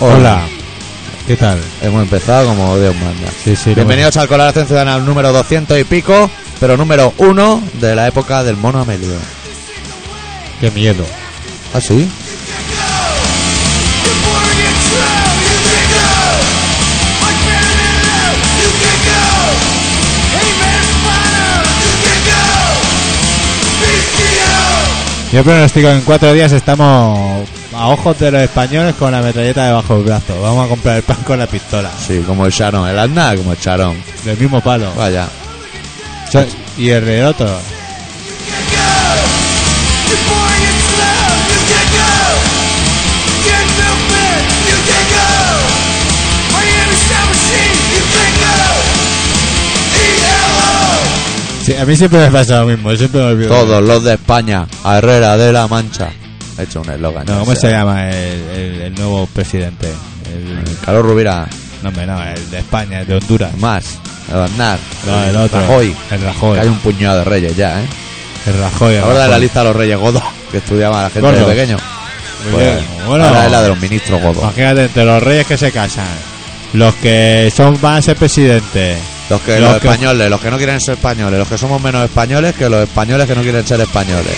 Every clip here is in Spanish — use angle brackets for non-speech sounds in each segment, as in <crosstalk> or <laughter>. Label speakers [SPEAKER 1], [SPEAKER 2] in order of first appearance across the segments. [SPEAKER 1] Hola.
[SPEAKER 2] Hola. ¿Qué tal?
[SPEAKER 1] Hemos empezado como Dios manda.
[SPEAKER 2] Sí, sí, lo
[SPEAKER 1] Bienvenidos al Colar Ciudadana al número 200 y pico, pero número uno de la época del mono Amelio.
[SPEAKER 2] hemos- Qué miedo.
[SPEAKER 1] ¿Ah, sí?
[SPEAKER 2] Yo pronostico que en cuatro días estamos a ojos de los españoles con la metralleta debajo del brazo. Vamos a comprar el pan con la pistola.
[SPEAKER 1] Sí, como el Sharon. El Aznar como el Sharon.
[SPEAKER 2] Del mismo palo.
[SPEAKER 1] Vaya.
[SPEAKER 2] So- Y el reloto. Sí, a mí siempre me pasa lo mismo. Siempre me olvido.
[SPEAKER 1] Todos los de España, a Herrera de la Mancha. He hecho un eslogan.
[SPEAKER 2] No,
[SPEAKER 1] ya
[SPEAKER 2] ¿cómo
[SPEAKER 1] sea.
[SPEAKER 2] se llama el, el- el nuevo presidente? El-
[SPEAKER 1] Carlos Rubira,
[SPEAKER 2] no, hombre, no, el de España, el de Honduras.
[SPEAKER 1] más. El Aznar.
[SPEAKER 2] No, el otro.
[SPEAKER 1] Rajoy.
[SPEAKER 2] El
[SPEAKER 1] Que hay
[SPEAKER 2] Rajoy.
[SPEAKER 1] un puñado de reyes ya, ¿eh?
[SPEAKER 2] El Rajoy. el
[SPEAKER 1] Ahora de la
[SPEAKER 2] Rajoy.
[SPEAKER 1] lista de los reyes godos que estudiaba la gente de
[SPEAKER 2] Gordos.
[SPEAKER 1] pequeño.
[SPEAKER 2] Muy
[SPEAKER 1] Pues,
[SPEAKER 2] bien. Bueno.
[SPEAKER 1] Ahora es la de los ministros godos.
[SPEAKER 2] Imagínate, entre los reyes que se casan, los que son van a ser presidentes,
[SPEAKER 1] Los que
[SPEAKER 2] Los
[SPEAKER 1] los,
[SPEAKER 2] que-
[SPEAKER 1] españoles, los que no quieren ser españoles, los que somos menos españoles que los españoles que no quieren ser españoles.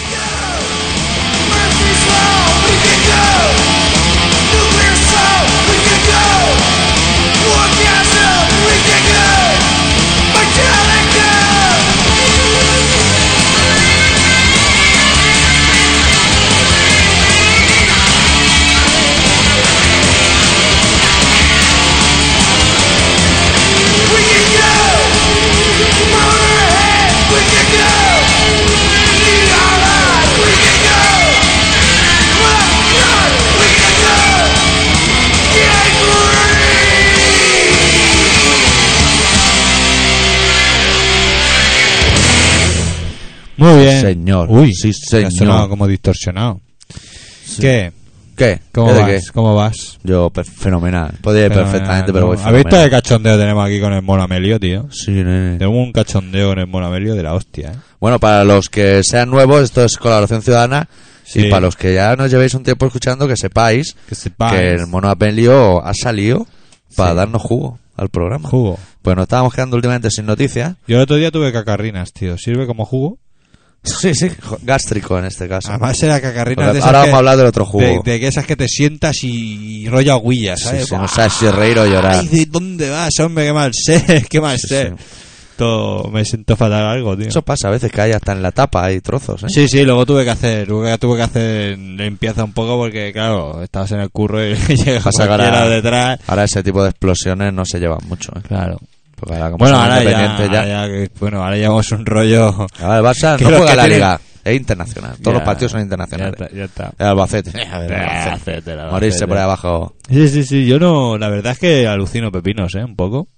[SPEAKER 2] Muy bien.
[SPEAKER 1] Señor.
[SPEAKER 2] Uy,
[SPEAKER 1] Sí,
[SPEAKER 2] que ha sonado
[SPEAKER 1] señor.
[SPEAKER 2] como distorsionado. ¿Qué?
[SPEAKER 1] ¿Qué?
[SPEAKER 2] ¿Cómo
[SPEAKER 1] ¿Qué de
[SPEAKER 2] vas?
[SPEAKER 1] qué?
[SPEAKER 2] ¿Cómo vas?
[SPEAKER 1] Yo, per- fenomenal. Podría ir
[SPEAKER 2] Fenomenal,
[SPEAKER 1] perfectamente,
[SPEAKER 2] ¿no?
[SPEAKER 1] pero voy
[SPEAKER 2] ¿Has visto
[SPEAKER 1] fenomenal.
[SPEAKER 2] el cachondeo que tenemos aquí con el mono Amelio, tío?
[SPEAKER 1] Sí, nene.
[SPEAKER 2] Tengo un cachondeo con el mono Amelio de la hostia, ¿eh?
[SPEAKER 1] Bueno, para los que sean nuevos, esto es colaboración ciudadana.
[SPEAKER 2] Sí.
[SPEAKER 1] Y para los que ya nos llevéis un tiempo escuchando, que sepáis
[SPEAKER 2] Que sepáis.
[SPEAKER 1] que el mono Apelio ha salido para
[SPEAKER 2] Sí.
[SPEAKER 1] darnos jugo al programa.
[SPEAKER 2] Jugo.
[SPEAKER 1] Pues nos estábamos quedando últimamente sin
[SPEAKER 2] <laughs>
[SPEAKER 1] noticias.
[SPEAKER 2] Yo el otro día tuve cacarrinas, tío. ¿Sirve como jugo?
[SPEAKER 1] Sí, sí. jo- Gástrico en este caso.
[SPEAKER 2] Además era cacarrinas de
[SPEAKER 1] Porque
[SPEAKER 2] esas
[SPEAKER 1] Pues Ahora
[SPEAKER 2] que,
[SPEAKER 1] vamos a hablar del otro jugo.
[SPEAKER 2] de, de que esas que te sientas y, y rollo aguilla,
[SPEAKER 1] Sí,
[SPEAKER 2] ¿sabes?
[SPEAKER 1] sí, no sabes si reír o llorar.
[SPEAKER 2] Ay, ¿de dónde vas, hombre? Qué mal sé, <laughs> qué mal
[SPEAKER 1] Sí,
[SPEAKER 2] sé. Todo, me siento fatal algo, tío.
[SPEAKER 1] Eso pasa a veces que hay hasta en la tapa, hay trozos. ¿eh?
[SPEAKER 2] Sí, sí, luego tuve que hacer, tuve, tuve que hacer limpieza un poco porque, claro, estabas en el curro y <laughs> llega
[SPEAKER 1] Pasa que
[SPEAKER 2] cualquiera
[SPEAKER 1] ahora-
[SPEAKER 2] detrás.
[SPEAKER 1] Ahora ese tipo de explosiones no se llevan mucho. ¿eh?
[SPEAKER 2] Claro.
[SPEAKER 1] Porque ahora como
[SPEAKER 2] Bueno,
[SPEAKER 1] son
[SPEAKER 2] ahora ya,
[SPEAKER 1] independientes ya-
[SPEAKER 2] ahora ya que- bueno, ahora llevamos
[SPEAKER 1] <laughs>
[SPEAKER 2] un rollo...
[SPEAKER 1] Ahora el Barça
[SPEAKER 2] <laughs> Que
[SPEAKER 1] no
[SPEAKER 2] los
[SPEAKER 1] juega
[SPEAKER 2] que
[SPEAKER 1] la
[SPEAKER 2] tienen-
[SPEAKER 1] liga, es internacional. Todos los
[SPEAKER 2] Ya,
[SPEAKER 1] partidos son
[SPEAKER 2] Ya
[SPEAKER 1] internacionales.
[SPEAKER 2] está, ya está.
[SPEAKER 1] El
[SPEAKER 2] <laughs>
[SPEAKER 1] Albacete.
[SPEAKER 2] Albacete, el Albacete.
[SPEAKER 1] Morirse por ahí abajo.
[SPEAKER 2] Sí, sí, sí, yo no, la verdad es que alucino pepinos, ¿eh? Un poco.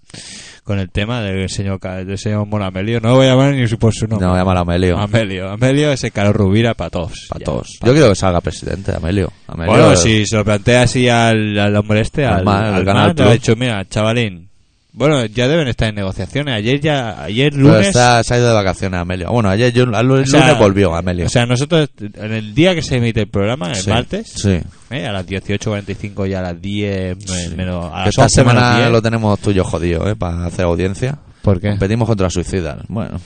[SPEAKER 2] Con el tema del señor, Ca- del señor Monamelio. No voy a llamar ni por su
[SPEAKER 1] No,
[SPEAKER 2] nombre.
[SPEAKER 1] voy a llamar a Amelio.
[SPEAKER 2] Amelio, Amelio es el Carlos Rubira para todos.
[SPEAKER 1] Para
[SPEAKER 2] Ya,
[SPEAKER 1] todos.
[SPEAKER 2] pa'
[SPEAKER 1] Yo quiero que salga presidente, Amelio. Amelio
[SPEAKER 2] Bueno,
[SPEAKER 1] el-
[SPEAKER 2] si se lo plantea así al, al hombre este, al,
[SPEAKER 1] Al man, al canal
[SPEAKER 2] man, le
[SPEAKER 1] Plus.
[SPEAKER 2] ha dicho, mira, chavalín. Bueno, ya deben estar en negociaciones. Ayer ya, ayer
[SPEAKER 1] pero
[SPEAKER 2] lunes.
[SPEAKER 1] está- se ha ido de vacaciones Amelio. Bueno, ayer yo, al
[SPEAKER 2] o
[SPEAKER 1] lunes
[SPEAKER 2] sea,
[SPEAKER 1] volvió Amelio.
[SPEAKER 2] O sea, nosotros, en el día que se emite el programa, el
[SPEAKER 1] Sí,
[SPEAKER 2] martes,
[SPEAKER 1] Sí.
[SPEAKER 2] ¿eh? a las 18.45 y a las 10, me- menos, a las
[SPEAKER 1] Esta
[SPEAKER 2] 11 menos
[SPEAKER 1] semana
[SPEAKER 2] 10.
[SPEAKER 1] lo tenemos tuyo jodido, ¿eh? Para hacer audiencia.
[SPEAKER 2] ¿Por qué?
[SPEAKER 1] Pedimos contra suicidas. Bueno,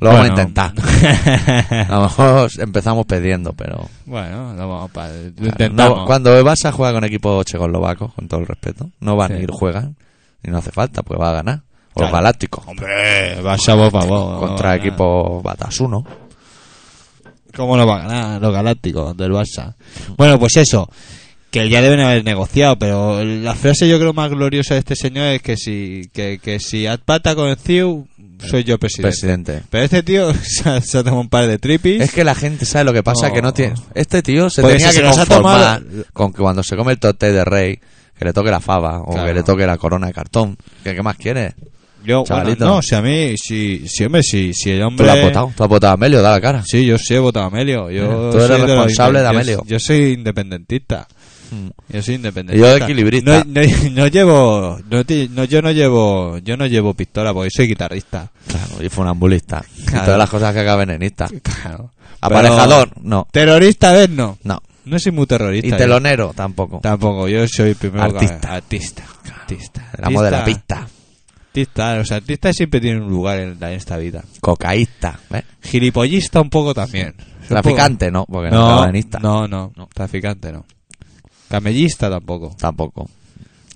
[SPEAKER 1] lo vamos a
[SPEAKER 2] Bueno.
[SPEAKER 1] intentar. <laughs> A lo mejor empezamos pidiendo, pero.
[SPEAKER 2] <laughs> bueno, lo vamos pa- lo
[SPEAKER 1] No,
[SPEAKER 2] intentamos.
[SPEAKER 1] cuando el Barça juega con equipo checoslovaco, con todo el respeto, no van a
[SPEAKER 2] Sí.
[SPEAKER 1] ir, juegan. Y no hace falta, pues va a ganar. O
[SPEAKER 2] Claro.
[SPEAKER 1] los galácticos.
[SPEAKER 2] Hombre, vas a vos, pa' vos.
[SPEAKER 1] contra
[SPEAKER 2] No,
[SPEAKER 1] equipo Batasuno.
[SPEAKER 2] ¿Cómo lo va a ganar los galácticos del Barça? Bueno, pues eso. Que ya deben haber negociado, pero la frase yo creo más gloriosa de este señor es que si, que, que si Atpata con el CIU, soy yo presidente.
[SPEAKER 1] Presidente.
[SPEAKER 2] Pero este tío <laughs> se ha, se ha tomado un par de tripis.
[SPEAKER 1] Es que la gente sabe lo que pasa,
[SPEAKER 2] No.
[SPEAKER 1] que no tiene... Este tío se
[SPEAKER 2] Porque
[SPEAKER 1] tenía
[SPEAKER 2] si
[SPEAKER 1] que
[SPEAKER 2] se los ha
[SPEAKER 1] conformar
[SPEAKER 2] tomado-
[SPEAKER 1] con que cuando se come el tote de rey, que le toque la fava o
[SPEAKER 2] Claro.
[SPEAKER 1] que le toque la corona de cartón. ¿Qué, qué más quieres?
[SPEAKER 2] yo, bueno,
[SPEAKER 1] chavalito.
[SPEAKER 2] no, si a mí, si, si hombre, si, si el
[SPEAKER 1] Tú
[SPEAKER 2] hombre.
[SPEAKER 1] la has votado, tú la has votado a Melio, da la cara.
[SPEAKER 2] Sí, yo sí he votado a Amelio. Yo
[SPEAKER 1] Tú eres
[SPEAKER 2] soy los
[SPEAKER 1] responsable de
[SPEAKER 2] independ-
[SPEAKER 1] Amelio.
[SPEAKER 2] Yo, yo soy independentista.
[SPEAKER 1] Mm.
[SPEAKER 2] Yo soy independentista.
[SPEAKER 1] Y yo equilibrista.
[SPEAKER 2] No, no- <laughs> no llevo, no, ti- no, yo no llevo, yo no llevo pistola porque soy guitarrista.
[SPEAKER 1] Claro, y funambulista. Y
[SPEAKER 2] Claro.
[SPEAKER 1] todas las cosas que haga venenista.
[SPEAKER 2] Claro.
[SPEAKER 1] Aparejador, no.
[SPEAKER 2] Terrorista, a ver, no.
[SPEAKER 1] No.
[SPEAKER 2] No soy muy terrorista.
[SPEAKER 1] Y
[SPEAKER 2] yo.
[SPEAKER 1] telonero tampoco.
[SPEAKER 2] Tampoco, yo soy primero
[SPEAKER 1] Artista.
[SPEAKER 2] que- artista. Artista.
[SPEAKER 1] El amo de la
[SPEAKER 2] Artista-
[SPEAKER 1] pista.
[SPEAKER 2] Artista, los artistas siempre tienen un lugar en, la- en esta vida.
[SPEAKER 1] Cocaísta. ¿eh?
[SPEAKER 2] Gilipollista un poco también.
[SPEAKER 1] Traficante, no, porque no, es
[SPEAKER 2] No,
[SPEAKER 1] catalanista.
[SPEAKER 2] no, no, no. Traficante no. Camellista tampoco.
[SPEAKER 1] Tampoco.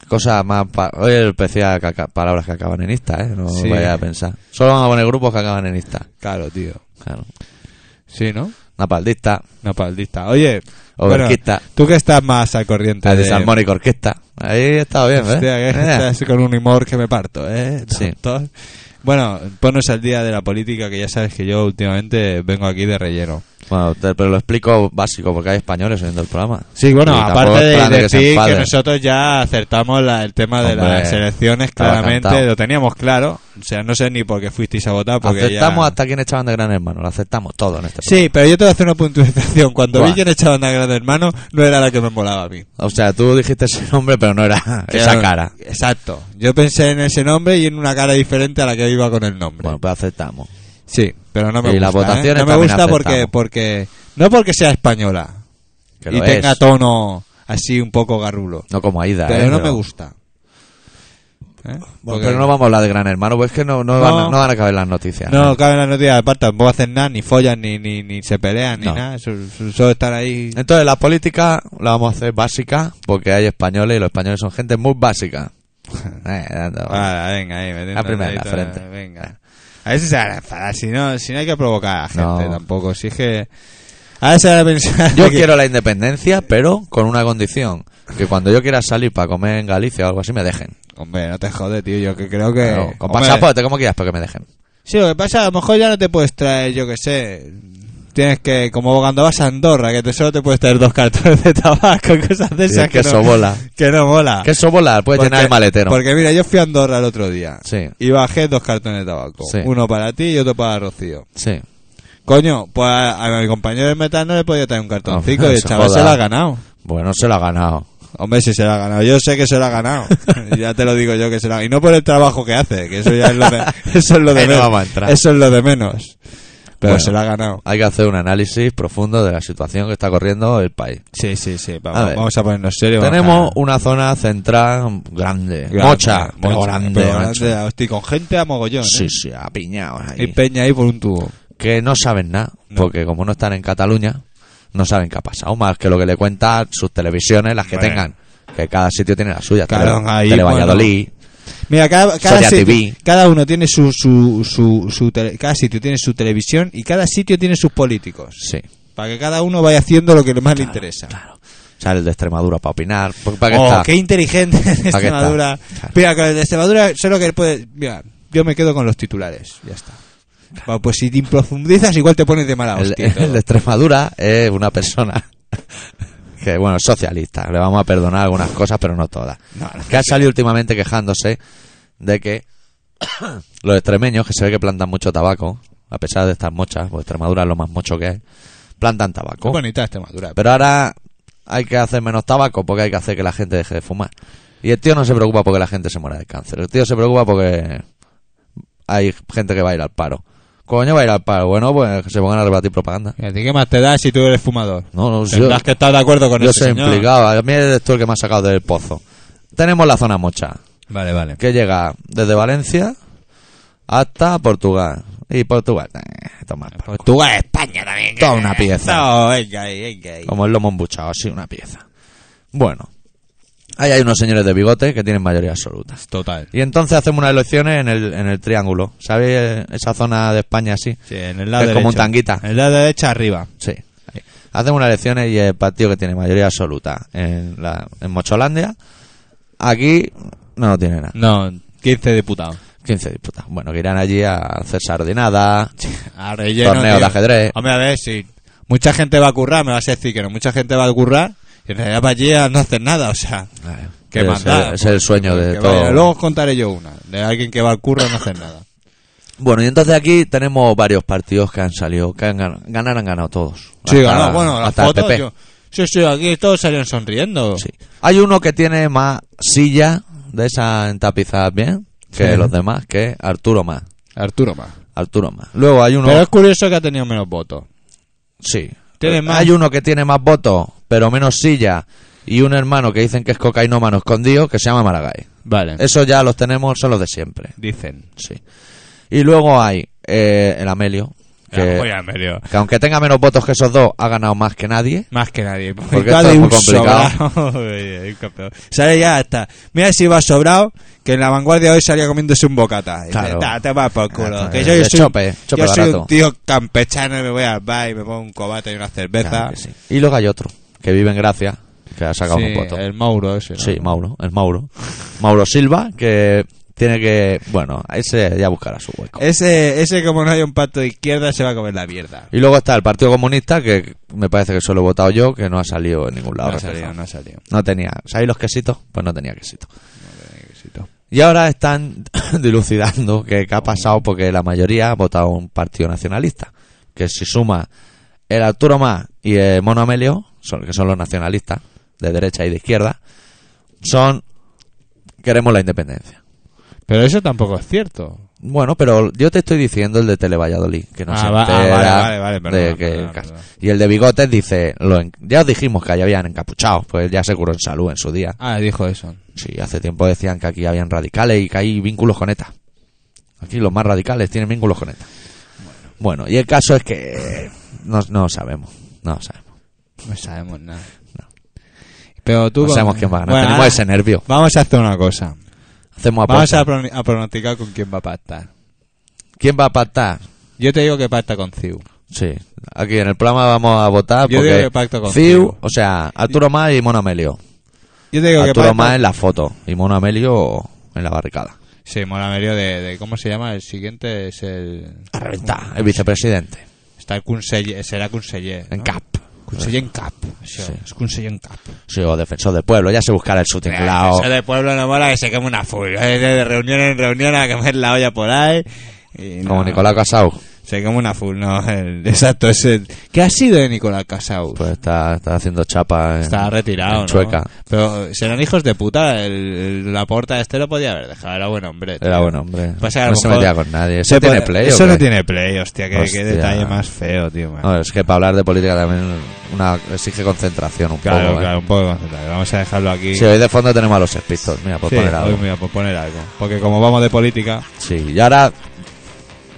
[SPEAKER 1] Cosas más. pa- Hoy el especial que aca- palabras que acaban en ista, ¿eh? No
[SPEAKER 2] Sí.
[SPEAKER 1] vaya a pensar. Solo vamos a poner grupos que acaban en ista.
[SPEAKER 2] Claro, tío.
[SPEAKER 1] Claro.
[SPEAKER 2] Sí, ¿no?
[SPEAKER 1] Napaldista,
[SPEAKER 2] Napaldista. Oye, bueno,
[SPEAKER 1] overquista,
[SPEAKER 2] tú que estás más al corriente
[SPEAKER 1] la
[SPEAKER 2] de...
[SPEAKER 1] Disarmónica Orquesta. Ahí está bien, ¿eh?
[SPEAKER 2] Hostia, que
[SPEAKER 1] Mira.
[SPEAKER 2] estás con un humor que me parto, ¿eh?
[SPEAKER 1] Sí.
[SPEAKER 2] Tontos. Bueno, ponos al día de la política, que ya sabes que yo últimamente vengo aquí de relleno.
[SPEAKER 1] Bueno, te- pero lo explico básico, porque hay españoles oyendo el programa.
[SPEAKER 2] Sí, bueno,
[SPEAKER 1] Y tampoco
[SPEAKER 2] aparte de
[SPEAKER 1] esperan de que se
[SPEAKER 2] decir que,
[SPEAKER 1] enfaden.
[SPEAKER 2] nosotros ya acertamos la- el tema de
[SPEAKER 1] Hombre,
[SPEAKER 2] las elecciones,
[SPEAKER 1] estaba
[SPEAKER 2] claramente,
[SPEAKER 1] cantado.
[SPEAKER 2] lo teníamos claro. O sea, no sé ni por qué fuisteis a votar, porque
[SPEAKER 1] aceptamos
[SPEAKER 2] ya...
[SPEAKER 1] hasta quien echaban de gran hermano, lo aceptamos todo en este
[SPEAKER 2] Sí, pero yo te voy a hacer una puntualización. Cuando
[SPEAKER 1] Buah.
[SPEAKER 2] vi quién echaba a Gran Hermano, no era la que me molaba a mí.
[SPEAKER 1] programa. O sea, tú dijiste ese nombre, pero
[SPEAKER 2] <laughs>
[SPEAKER 1] no era esa
[SPEAKER 2] Era-
[SPEAKER 1] cara.
[SPEAKER 2] Exacto. Yo pensé en ese nombre y en una cara diferente a la que iba con el nombre.
[SPEAKER 1] Bueno, pues aceptamos.
[SPEAKER 2] Sí, pero no me
[SPEAKER 1] Y
[SPEAKER 2] gusta.
[SPEAKER 1] las votaciones
[SPEAKER 2] ¿eh? No me
[SPEAKER 1] también
[SPEAKER 2] gusta porque,
[SPEAKER 1] aceptamos.
[SPEAKER 2] porque. No porque sea española
[SPEAKER 1] Que
[SPEAKER 2] y
[SPEAKER 1] lo
[SPEAKER 2] tenga
[SPEAKER 1] es.
[SPEAKER 2] tono así un poco garrulo.
[SPEAKER 1] No como Aida,
[SPEAKER 2] pero
[SPEAKER 1] ¿eh?
[SPEAKER 2] no me gusta. ¿Eh?
[SPEAKER 1] Bueno,
[SPEAKER 2] Porque-
[SPEAKER 1] pero no vamos a hablar de Gran Hermano, pues es que no, no,
[SPEAKER 2] No.
[SPEAKER 1] Van, a- no van a caber las noticias. ¿eh?
[SPEAKER 2] No, cabe en las noticias, aparte tampoco hacen nada, ni follan, ni, ni, ni se pelean, ni
[SPEAKER 1] No.
[SPEAKER 2] nada. Solo, solo están ahí.
[SPEAKER 1] Entonces, la política la vamos a hacer básica, porque hay españoles y los españoles son gente muy básica. <laughs> Eh, anda,
[SPEAKER 2] Vale, venga, ahí, metiendo
[SPEAKER 1] La primera,
[SPEAKER 2] el dedito, eh,
[SPEAKER 1] la frente.
[SPEAKER 2] Venga. A veces se van a enfadar, si no, si no hay que provocar a la gente
[SPEAKER 1] No.
[SPEAKER 2] tampoco. Si es que. A veces se van a pensar.
[SPEAKER 1] Yo
[SPEAKER 2] <laughs> que-
[SPEAKER 1] quiero la independencia, pero con una condición. Que cuando yo quiera salir para comer en Galicia o algo así, me dejen.
[SPEAKER 2] Hombre, no te jode, tío. Yo que creo que.
[SPEAKER 1] Claro, con
[SPEAKER 2] Eh, Hombre,
[SPEAKER 1] pasaporte, como quieras, pero que me dejen.
[SPEAKER 2] Sí, lo que pasa, a lo mejor ya no te puedes traer, yo que sé. Tienes que, como cuando vas a Andorra, que te solo te puedes traer dos cartones de tabaco, cosas de
[SPEAKER 1] Sí,
[SPEAKER 2] esas
[SPEAKER 1] es que eso
[SPEAKER 2] no,
[SPEAKER 1] bola.
[SPEAKER 2] <laughs> que no mola.
[SPEAKER 1] Que eso volar, puede llenar el maletero.
[SPEAKER 2] Ah. Porque mira, yo fui a Andorra el otro día
[SPEAKER 1] Sí,
[SPEAKER 2] y bajé dos cartones de tabaco.
[SPEAKER 1] Sí.
[SPEAKER 2] Uno para ti y otro para Rocío.
[SPEAKER 1] sí.
[SPEAKER 2] Coño, pues a, a mi compañero de metal no le podía traer
[SPEAKER 1] <laughs>
[SPEAKER 2] un cartoncito
[SPEAKER 1] Hombre,
[SPEAKER 2] y el
[SPEAKER 1] se
[SPEAKER 2] chaval
[SPEAKER 1] joda.
[SPEAKER 2] se lo ha ganado.
[SPEAKER 1] Bueno, se lo ha ganado.
[SPEAKER 2] Hombre, si se lo ha ganado. Yo sé que se lo
[SPEAKER 1] <laughs>
[SPEAKER 2] ha ganado. ya te lo digo yo que se lo ha ganado. Y no por el trabajo que hace, que eso ya es lo
[SPEAKER 1] <laughs>
[SPEAKER 2] de, eso es lo de
[SPEAKER 1] Ahí no
[SPEAKER 2] menos.
[SPEAKER 1] vamos a entrar.
[SPEAKER 2] Eso es lo de menos. Pero
[SPEAKER 1] Bueno.
[SPEAKER 2] se lo ha ganado.
[SPEAKER 1] Hay que hacer un análisis profundo de la situación que está corriendo el país.
[SPEAKER 2] Sí, sí, sí.
[SPEAKER 1] A
[SPEAKER 2] Vamos
[SPEAKER 1] ver.
[SPEAKER 2] a, vamos a ponernos serios.
[SPEAKER 1] Tenemos una zona central grande, mocha, pero grande, macho.
[SPEAKER 2] Estoy con gente a mogollón.
[SPEAKER 1] Sí,
[SPEAKER 2] ¿eh?
[SPEAKER 1] sí, apiñados
[SPEAKER 2] Y
[SPEAKER 1] ahí.
[SPEAKER 2] Peña ahí por un tubo.
[SPEAKER 1] Que no saben nada,
[SPEAKER 2] No.
[SPEAKER 1] porque como no están en Cataluña, no saben qué ha pasado, más que lo que le cuentan sus televisiones, las que
[SPEAKER 2] Bueno.
[SPEAKER 1] tengan. Que cada sitio tiene la suya.
[SPEAKER 2] Claro,
[SPEAKER 1] Tele-
[SPEAKER 2] ahí,
[SPEAKER 1] Tele
[SPEAKER 2] bueno.
[SPEAKER 1] Valladolid.
[SPEAKER 2] Mira, cada, cada
[SPEAKER 1] Soria
[SPEAKER 2] sitio,
[SPEAKER 1] TV.
[SPEAKER 2] cada uno tiene su, su, su, su tele- cada sitio tiene su televisión y cada sitio tiene sus políticos.
[SPEAKER 1] Sí.
[SPEAKER 2] Para que cada uno vaya haciendo lo que más le interesa.
[SPEAKER 1] Claro. Sale el de Extremadura para opinar. porque ¿Para qué
[SPEAKER 2] oh,
[SPEAKER 1] está?
[SPEAKER 2] qué inteligente <laughs> de
[SPEAKER 1] está.
[SPEAKER 2] Extremadura.
[SPEAKER 1] Claro.
[SPEAKER 2] Mira, con el de Extremadura solo que puede... Mira, yo me quedo con los titulares, ya está. Va, pues si te profundizas igual te pones de mala
[SPEAKER 1] <laughs> El,
[SPEAKER 2] Ah, hostia. y todo.
[SPEAKER 1] el de Extremadura es una persona <laughs> que, bueno, es socialista. Le vamos a perdonar algunas cosas, pero no todas.
[SPEAKER 2] No, no.
[SPEAKER 1] Que ha salido últimamente quejándose de que <coughs> los extremeños, que se ve que plantan mucho tabaco, a pesar de estas mochas, porque Extremadura es lo más mocho que es, plantan
[SPEAKER 2] Qué
[SPEAKER 1] tabaco.
[SPEAKER 2] bonita Extremadura.
[SPEAKER 1] Pero ahora hay que hacer menos tabaco porque hay que hacer que la gente deje de fumar. Y el tío no se preocupa porque la gente se muera de cáncer. El tío se preocupa porque hay gente que va a ir al paro. Coño, va a ir al paro. Bueno, pues que se pongan a rebatir propaganda.
[SPEAKER 2] ¿Y a ti qué más te da si tú eres fumador?
[SPEAKER 1] No, no, yo,
[SPEAKER 2] Tendrás que estar de acuerdo con
[SPEAKER 1] yo
[SPEAKER 2] ese
[SPEAKER 1] soy
[SPEAKER 2] señor.
[SPEAKER 1] implicado. A mí eres tú el que me ha sacado del pozo. Tenemos la zona mocha,
[SPEAKER 2] Vale, vale.
[SPEAKER 1] que llega desde Valencia hasta Portugal. Y Portugal, eh, toma, el palo.
[SPEAKER 2] Portugal, España también.
[SPEAKER 1] Toda una pieza.
[SPEAKER 2] No, venga ahí, venga ahí.
[SPEAKER 1] como el lomo embuchado, así una pieza. Bueno, ahí hay unos señores de bigote que tienen mayoría absoluta.
[SPEAKER 2] Total.
[SPEAKER 1] Y entonces hacemos unas elecciones en el, en el triángulo. ¿Sabéis eh, esa zona de España así?
[SPEAKER 2] Sí, en el lado
[SPEAKER 1] Es
[SPEAKER 2] derecho.
[SPEAKER 1] como un tanguita.
[SPEAKER 2] En el lado derecho arriba.
[SPEAKER 1] Sí. ahí. Hacemos unas elecciones y el partido que tiene mayoría absoluta en, la, en Mocholandia, aquí no, lo tiene nada.
[SPEAKER 2] No, 15 diputados.
[SPEAKER 1] 15 disputas. Bueno, que irán allí a hacer sardinadas. <laughs>
[SPEAKER 2] A relleno,
[SPEAKER 1] Torneo
[SPEAKER 2] tío.
[SPEAKER 1] de ajedrez.
[SPEAKER 2] Hombre, a ver, si mucha gente va a currar, me vas a decir que no. Mucha gente va a currar y en realidad para allí a no hacer nada, o sea. Qué
[SPEAKER 1] Ah, es,
[SPEAKER 2] mandada,
[SPEAKER 1] el- es
[SPEAKER 2] pues,
[SPEAKER 1] el sueño de
[SPEAKER 2] que vaya.
[SPEAKER 1] todo.
[SPEAKER 2] Luego os contaré yo una, de alguien que va al curro y no hacer nada.
[SPEAKER 1] Bueno, y entonces aquí tenemos varios partidos que han salido, que han ganado, ganar han ganado todos.
[SPEAKER 2] Sí,
[SPEAKER 1] Hasta-
[SPEAKER 2] ganó. bueno, las
[SPEAKER 1] hasta el
[SPEAKER 2] fotos.
[SPEAKER 1] PP.
[SPEAKER 2] yo- sí, sí, aquí todos salieron sonriendo.
[SPEAKER 1] Sí. Hay uno que tiene más silla de esas entapizadas bien que
[SPEAKER 2] Sí.
[SPEAKER 1] los demás, que es Arturo Más.
[SPEAKER 2] Arturo más.
[SPEAKER 1] Arturo Más. Luego hay uno.
[SPEAKER 2] Pero es curioso que ha tenido menos votos.
[SPEAKER 1] Sí.
[SPEAKER 2] Tiene más-
[SPEAKER 1] Hay uno que tiene más votos, pero menos silla y un hermano que dicen que es cocainómano escondido que se llama Maragall.
[SPEAKER 2] Vale.
[SPEAKER 1] Eso ya los tenemos, son los de siempre.
[SPEAKER 2] Dicen.
[SPEAKER 1] Sí. Y luego hay eh, el Amelio, que,
[SPEAKER 2] Oye, Amelio.
[SPEAKER 1] que aunque tenga menos votos que esos dos, ha ganado más que nadie.
[SPEAKER 2] Más que nadie.
[SPEAKER 1] Porque esto
[SPEAKER 2] Cada
[SPEAKER 1] es muy
[SPEAKER 2] un
[SPEAKER 1] complicado.
[SPEAKER 2] sobrado. Oye, un campeón. Sale ya hasta. Mira si iba sobrado, que en la vanguardia hoy salía comiéndose un bocata. Dice,
[SPEAKER 1] Claro.
[SPEAKER 2] "Ta, te vas por culo.
[SPEAKER 1] Ah,
[SPEAKER 2] Que
[SPEAKER 1] eh,
[SPEAKER 2] yo, yo
[SPEAKER 1] de
[SPEAKER 2] soy,
[SPEAKER 1] chope, chope
[SPEAKER 2] yo soy un
[SPEAKER 1] barato.
[SPEAKER 2] tío campechano y me voy al bar y me pongo un cobate y una cerveza.
[SPEAKER 1] Claro que sí. Y luego hay otro, que vive en Gracia, que ha sacado
[SPEAKER 2] Sí,
[SPEAKER 1] unos votos.
[SPEAKER 2] el Mauro ese. ¿no?
[SPEAKER 1] Sí, Mauro, el Mauro. Mauro Silva, que tiene que. Bueno, ese ya buscará su hueco.
[SPEAKER 2] Eh. Ese, ese, como no hay un pacto de izquierda, se va a comer la mierda.
[SPEAKER 1] Y luego está el Partido Comunista, que me parece que solo he votado yo, que no ha salido en ningún lado.
[SPEAKER 2] no ha
[SPEAKER 1] reflejado.
[SPEAKER 2] salido, no ha salido.
[SPEAKER 1] No tenía. ¿Sabéis los quesitos? Pues no tenía quesito.
[SPEAKER 2] Éxito.
[SPEAKER 1] Y ahora están <laughs> dilucidando que, que ha pasado porque la mayoría ha votado un partido nacionalista. Que si suma el Arturo Más y el Mono Amelio, son, que son los nacionalistas, de derecha y de izquierda, son. Queremos la independencia.
[SPEAKER 2] Pero eso tampoco es cierto.
[SPEAKER 1] Bueno, pero yo te estoy diciendo el de Televalladolid, que no
[SPEAKER 2] Ah,
[SPEAKER 1] se
[SPEAKER 2] va- ah,
[SPEAKER 1] entera
[SPEAKER 2] vale, vale, vale, perdona,
[SPEAKER 1] de que-
[SPEAKER 2] perdona, perdona.
[SPEAKER 1] Y el de Bigotes dice, lo en- ya os dijimos que allá habían encapuchados, pues ya se curó en salud en su día.
[SPEAKER 2] Ah, dijo eso.
[SPEAKER 1] Sí, hace tiempo decían que aquí habían radicales y que hay vínculos con ETA. Aquí los más radicales tienen vínculos con ETA. Bueno, y el caso es que no, no sabemos, no sabemos.
[SPEAKER 2] No sabemos nada.
[SPEAKER 1] No.
[SPEAKER 2] Pero tú
[SPEAKER 1] No
[SPEAKER 2] con-
[SPEAKER 1] sabemos quién va a ganar,
[SPEAKER 2] Bueno, ah,
[SPEAKER 1] tenemos
[SPEAKER 2] ahora
[SPEAKER 1] ese nervio.
[SPEAKER 2] Vamos a hacer una cosa.
[SPEAKER 1] Hacemos
[SPEAKER 2] Vamos a,
[SPEAKER 1] apuestas.
[SPEAKER 2] pro- a pronosticar con quién va a pactar.
[SPEAKER 1] ¿Quién va a pactar?
[SPEAKER 2] Yo te digo que pacta con CIU.
[SPEAKER 1] Sí, aquí en el programa vamos a votar
[SPEAKER 2] Yo digo
[SPEAKER 1] porque
[SPEAKER 2] que pacto con
[SPEAKER 1] Ciu,
[SPEAKER 2] Ciu.
[SPEAKER 1] o sea, Arturo Más y Mono Amelio.
[SPEAKER 2] Yo te digo
[SPEAKER 1] Arturo
[SPEAKER 2] que pacta...
[SPEAKER 1] más en la foto y Mono Amelio en la barricada.
[SPEAKER 2] Sí, Mola Merio de, de- ¿Cómo se llama? El siguiente es el...
[SPEAKER 1] A reventar, el vicepresidente.
[SPEAKER 2] Está el Conseller... Será Conseller, ¿no?
[SPEAKER 1] En CAP.
[SPEAKER 2] Conseller en Cap. Eso,
[SPEAKER 1] Sí.
[SPEAKER 2] Es Conseller en Cap.
[SPEAKER 1] Sí, o defensor del pueblo, ya se buscará el su tinglao.
[SPEAKER 2] Eso de pueblo no mola que se queme una full. <laughs> Eh, De, de reunión en reunión a comer la olla por ahí. Y no,
[SPEAKER 1] Como Nicolás Casau.
[SPEAKER 2] Se come una full, no. el- <laughs> exacto, es el... ¿Qué ha sido de Nicolás Casau?
[SPEAKER 1] Pues está, está haciendo chapa. en-
[SPEAKER 2] Está retirado,
[SPEAKER 1] en
[SPEAKER 2] ¿no?
[SPEAKER 1] Chueca.
[SPEAKER 2] Pero serán hijos de puta. El, el- la porta este lo podía haber dejado. Era buen hombre. tío.
[SPEAKER 1] Era buen hombre.
[SPEAKER 2] Pasa que a
[SPEAKER 1] Eh, no
[SPEAKER 2] lo
[SPEAKER 1] se
[SPEAKER 2] mejor
[SPEAKER 1] metía con nadie.
[SPEAKER 2] Se
[SPEAKER 1] Eso tiene
[SPEAKER 2] puede-
[SPEAKER 1] play. ¿o
[SPEAKER 2] Eso no
[SPEAKER 1] qué?
[SPEAKER 2] tiene play, hostia. Qué, qué
[SPEAKER 1] Hostia.
[SPEAKER 2] detalle más feo, tío. man.
[SPEAKER 1] No, es que para hablar de política también una, exige concentración un
[SPEAKER 2] claro,
[SPEAKER 1] poco. ¿eh?
[SPEAKER 2] claro, un poco concentrado. Vamos a dejarlo aquí.
[SPEAKER 1] Si hoy de fondo tenemos a los espistos, mira, por
[SPEAKER 2] Sí,
[SPEAKER 1] pues poner algo.
[SPEAKER 2] hoy me voy a proponer algo. Porque como vamos de política.
[SPEAKER 1] Sí, y ahora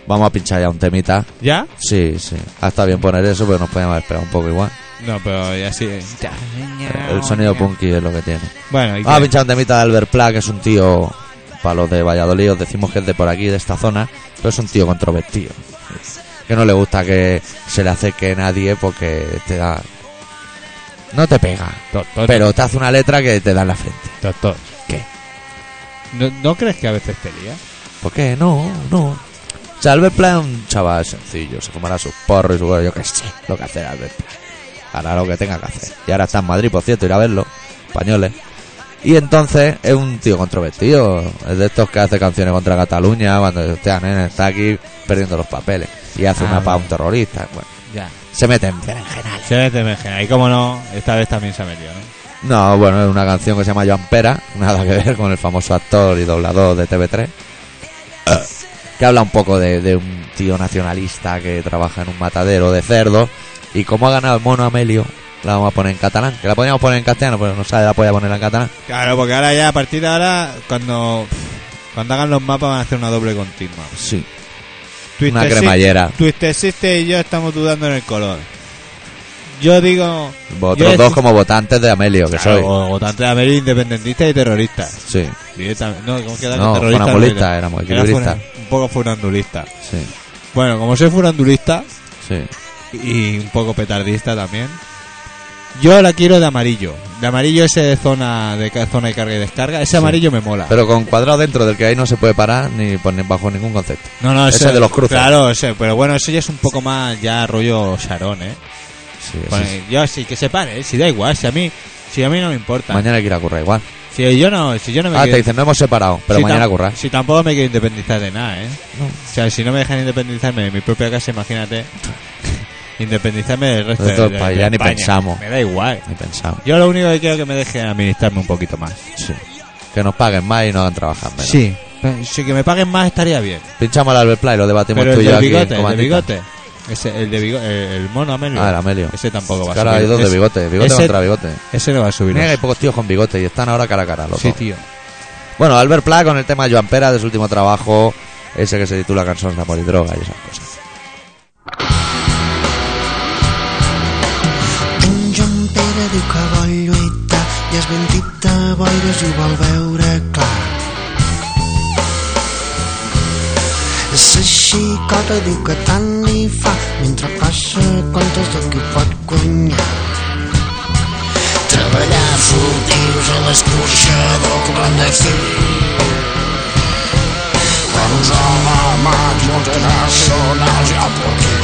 [SPEAKER 1] vamos a pinchar ya un temita.
[SPEAKER 2] ¿Ya?
[SPEAKER 1] Sí, sí. Ah, está bien poner eso, pero nos podíamos haber esperado un poco igual.
[SPEAKER 2] No, pero ya sí.
[SPEAKER 1] El sonido punky es lo que tiene.
[SPEAKER 2] Bueno, ¿y
[SPEAKER 1] Vamos a
[SPEAKER 2] qué?
[SPEAKER 1] pinchar un temita de Albert Pla, que es un tío, para los de Valladolid, os decimos que es de por aquí, de esta zona, pero es un tío controvertido. Que no le gusta que se le acerque nadie porque te da... No te pega,
[SPEAKER 2] Doctor,
[SPEAKER 1] pero te hace una letra que te da en la frente.
[SPEAKER 2] doctor.
[SPEAKER 1] ¿Qué?
[SPEAKER 2] ¿No, no crees que a veces te lía?
[SPEAKER 1] ¿Por qué? No, no. O sea, Albert Pla es un chaval sencillo, se comerá sus porros y su... Yo qué sé, lo que hacer Albert Pla. Hará lo que tenga que hacer. Y ahora está en Madrid, por cierto, ir a verlo. Españoles. Y entonces es un tío controvertido. Es de estos que hace canciones contra Cataluña cuando hostia, nene, está aquí perdiendo los papeles. Y hace
[SPEAKER 2] Ah,
[SPEAKER 1] una pa'
[SPEAKER 2] vale.
[SPEAKER 1] un terrorista. Bueno,
[SPEAKER 2] Ya.
[SPEAKER 1] se mete en berenjenal.
[SPEAKER 2] Se ve de Y como no, esta vez también se ha metido, ¿no?
[SPEAKER 1] No, bueno, es una canción que se llama Joan Pera, nada que ver con el famoso actor y doblador de TV3, eh, que habla un poco de, de un tío nacionalista que trabaja en un matadero de cerdos, y como ha ganado el mono Amelio, la vamos a poner en catalán, que la podríamos poner en castellano, pero no sabe, la podía poner en catalán.
[SPEAKER 2] Claro, porque ahora ya, a partir de ahora, cuando, cuando hagan los mapas van a hacer una doble continua.
[SPEAKER 1] Sí,
[SPEAKER 2] Twister
[SPEAKER 1] una
[SPEAKER 2] Sis-
[SPEAKER 1] cremallera.
[SPEAKER 2] Twister Sister y yo estamos dudando en el color. Yo digo...
[SPEAKER 1] Vosotros
[SPEAKER 2] yo
[SPEAKER 1] dos
[SPEAKER 2] dec-
[SPEAKER 1] como votantes de Amelio, que
[SPEAKER 2] Claro,
[SPEAKER 1] soy.
[SPEAKER 2] o- votantes de América independentistas y terroristas.
[SPEAKER 1] Sí,
[SPEAKER 2] Directamente. No, ¿cómo queda?
[SPEAKER 1] no,
[SPEAKER 2] terroristas no
[SPEAKER 1] funambulista, éramos
[SPEAKER 2] era. Era
[SPEAKER 1] equilibristas.
[SPEAKER 2] funan- un poco funandulista.
[SPEAKER 1] Sí,
[SPEAKER 2] Bueno, como soy funandulista,
[SPEAKER 1] sí.
[SPEAKER 2] y un poco petardista también. Yo la quiero de amarillo. De amarillo ese de zona de ca- zona de carga y descarga. Ese
[SPEAKER 1] Sí.
[SPEAKER 2] amarillo me mola.
[SPEAKER 1] Pero con cuadrado dentro del que ahí no se puede parar ni poner bajo ningún concepto.
[SPEAKER 2] no, no,
[SPEAKER 1] ese de los cruces.
[SPEAKER 2] Claro, ese, pero bueno, eso ya es un poco más ya rollo Sarón, ¿eh?
[SPEAKER 1] Sí, sí,
[SPEAKER 2] Pone-
[SPEAKER 1] sí.
[SPEAKER 2] Yo sí que se pare, ¿eh? si da igual, si a mí si a mí no me importa.
[SPEAKER 1] Mañana hay que ir a currar igual.
[SPEAKER 2] Si yo no, si yo no me
[SPEAKER 1] Ah,
[SPEAKER 2] quiero-
[SPEAKER 1] te dicen, no hemos separado, pero
[SPEAKER 2] si
[SPEAKER 1] mañana
[SPEAKER 2] tam-
[SPEAKER 1] currar.
[SPEAKER 2] Si tampoco me quiero independizar de nada, ¿eh? O sea, si no me dejan independizarme de mi propia casa, imagínate <laughs> independizarme del resto
[SPEAKER 1] De todo el
[SPEAKER 2] de-
[SPEAKER 1] país,
[SPEAKER 2] de
[SPEAKER 1] ya ni
[SPEAKER 2] España.
[SPEAKER 1] pensamos.
[SPEAKER 2] Me da igual.
[SPEAKER 1] Ni pensado.
[SPEAKER 2] Yo lo único que quiero es que me dejen administrarme un poquito más.
[SPEAKER 1] Sí. Que nos paguen más y nos hagan trabajar menos.
[SPEAKER 2] Sí. Si que me paguen más estaría bien.
[SPEAKER 1] Pinchamos al Albert Play y lo debatimos
[SPEAKER 2] Pero
[SPEAKER 1] tú
[SPEAKER 2] el
[SPEAKER 1] y yo
[SPEAKER 2] del
[SPEAKER 1] aquí en
[SPEAKER 2] bigote, el del
[SPEAKER 1] comandita.
[SPEAKER 2] bigote. Ese, el de bigo- el, el mono Amelio.
[SPEAKER 1] Ah, el Amelio.
[SPEAKER 2] Ese tampoco va a
[SPEAKER 1] Claro,
[SPEAKER 2] subir.
[SPEAKER 1] hay dos de
[SPEAKER 2] Ese-
[SPEAKER 1] bigote, bigote
[SPEAKER 2] ese-
[SPEAKER 1] contra bigote.
[SPEAKER 2] Ese no va a subir.
[SPEAKER 1] Mira que hay pocos tíos con bigote y están ahora cara a cara los
[SPEAKER 2] Sí,
[SPEAKER 1] dos.
[SPEAKER 2] tío.
[SPEAKER 1] Bueno, Albert Pla con el tema Joan Pera de su último trabajo, ese que se titula Canciones de amor y droga y esas cosas.
[SPEAKER 3] En Joan Pere diu que vol lluitar i es ventita boires i ho vol veure clar. La xicota diu que tant li fa mentre passa comptes del que ho pot guanyar. Treballar furtius a l'escorxador cobrant de fil. Per usar ramats multinacionals i el porquí.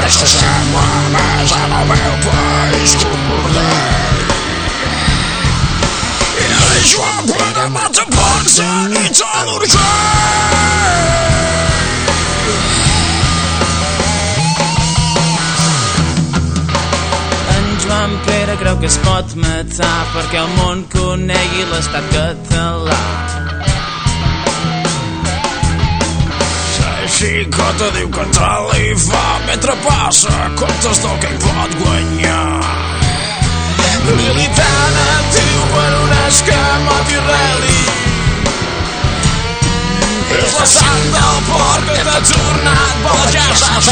[SPEAKER 3] Resta setmanes en el meu país comordat. I el Joan Pere mata Ponsa i tot l'Urgell.
[SPEAKER 4] En Joan Pere creu que es pot matar perquè el món conegui l'estat català.
[SPEAKER 3] La xicota diu que tant li fa mentre passa comptes del que hi pot guanyar. Militant actiu per un esquema pirreli. És la sang del porc que t'ha tornat boig ja saps.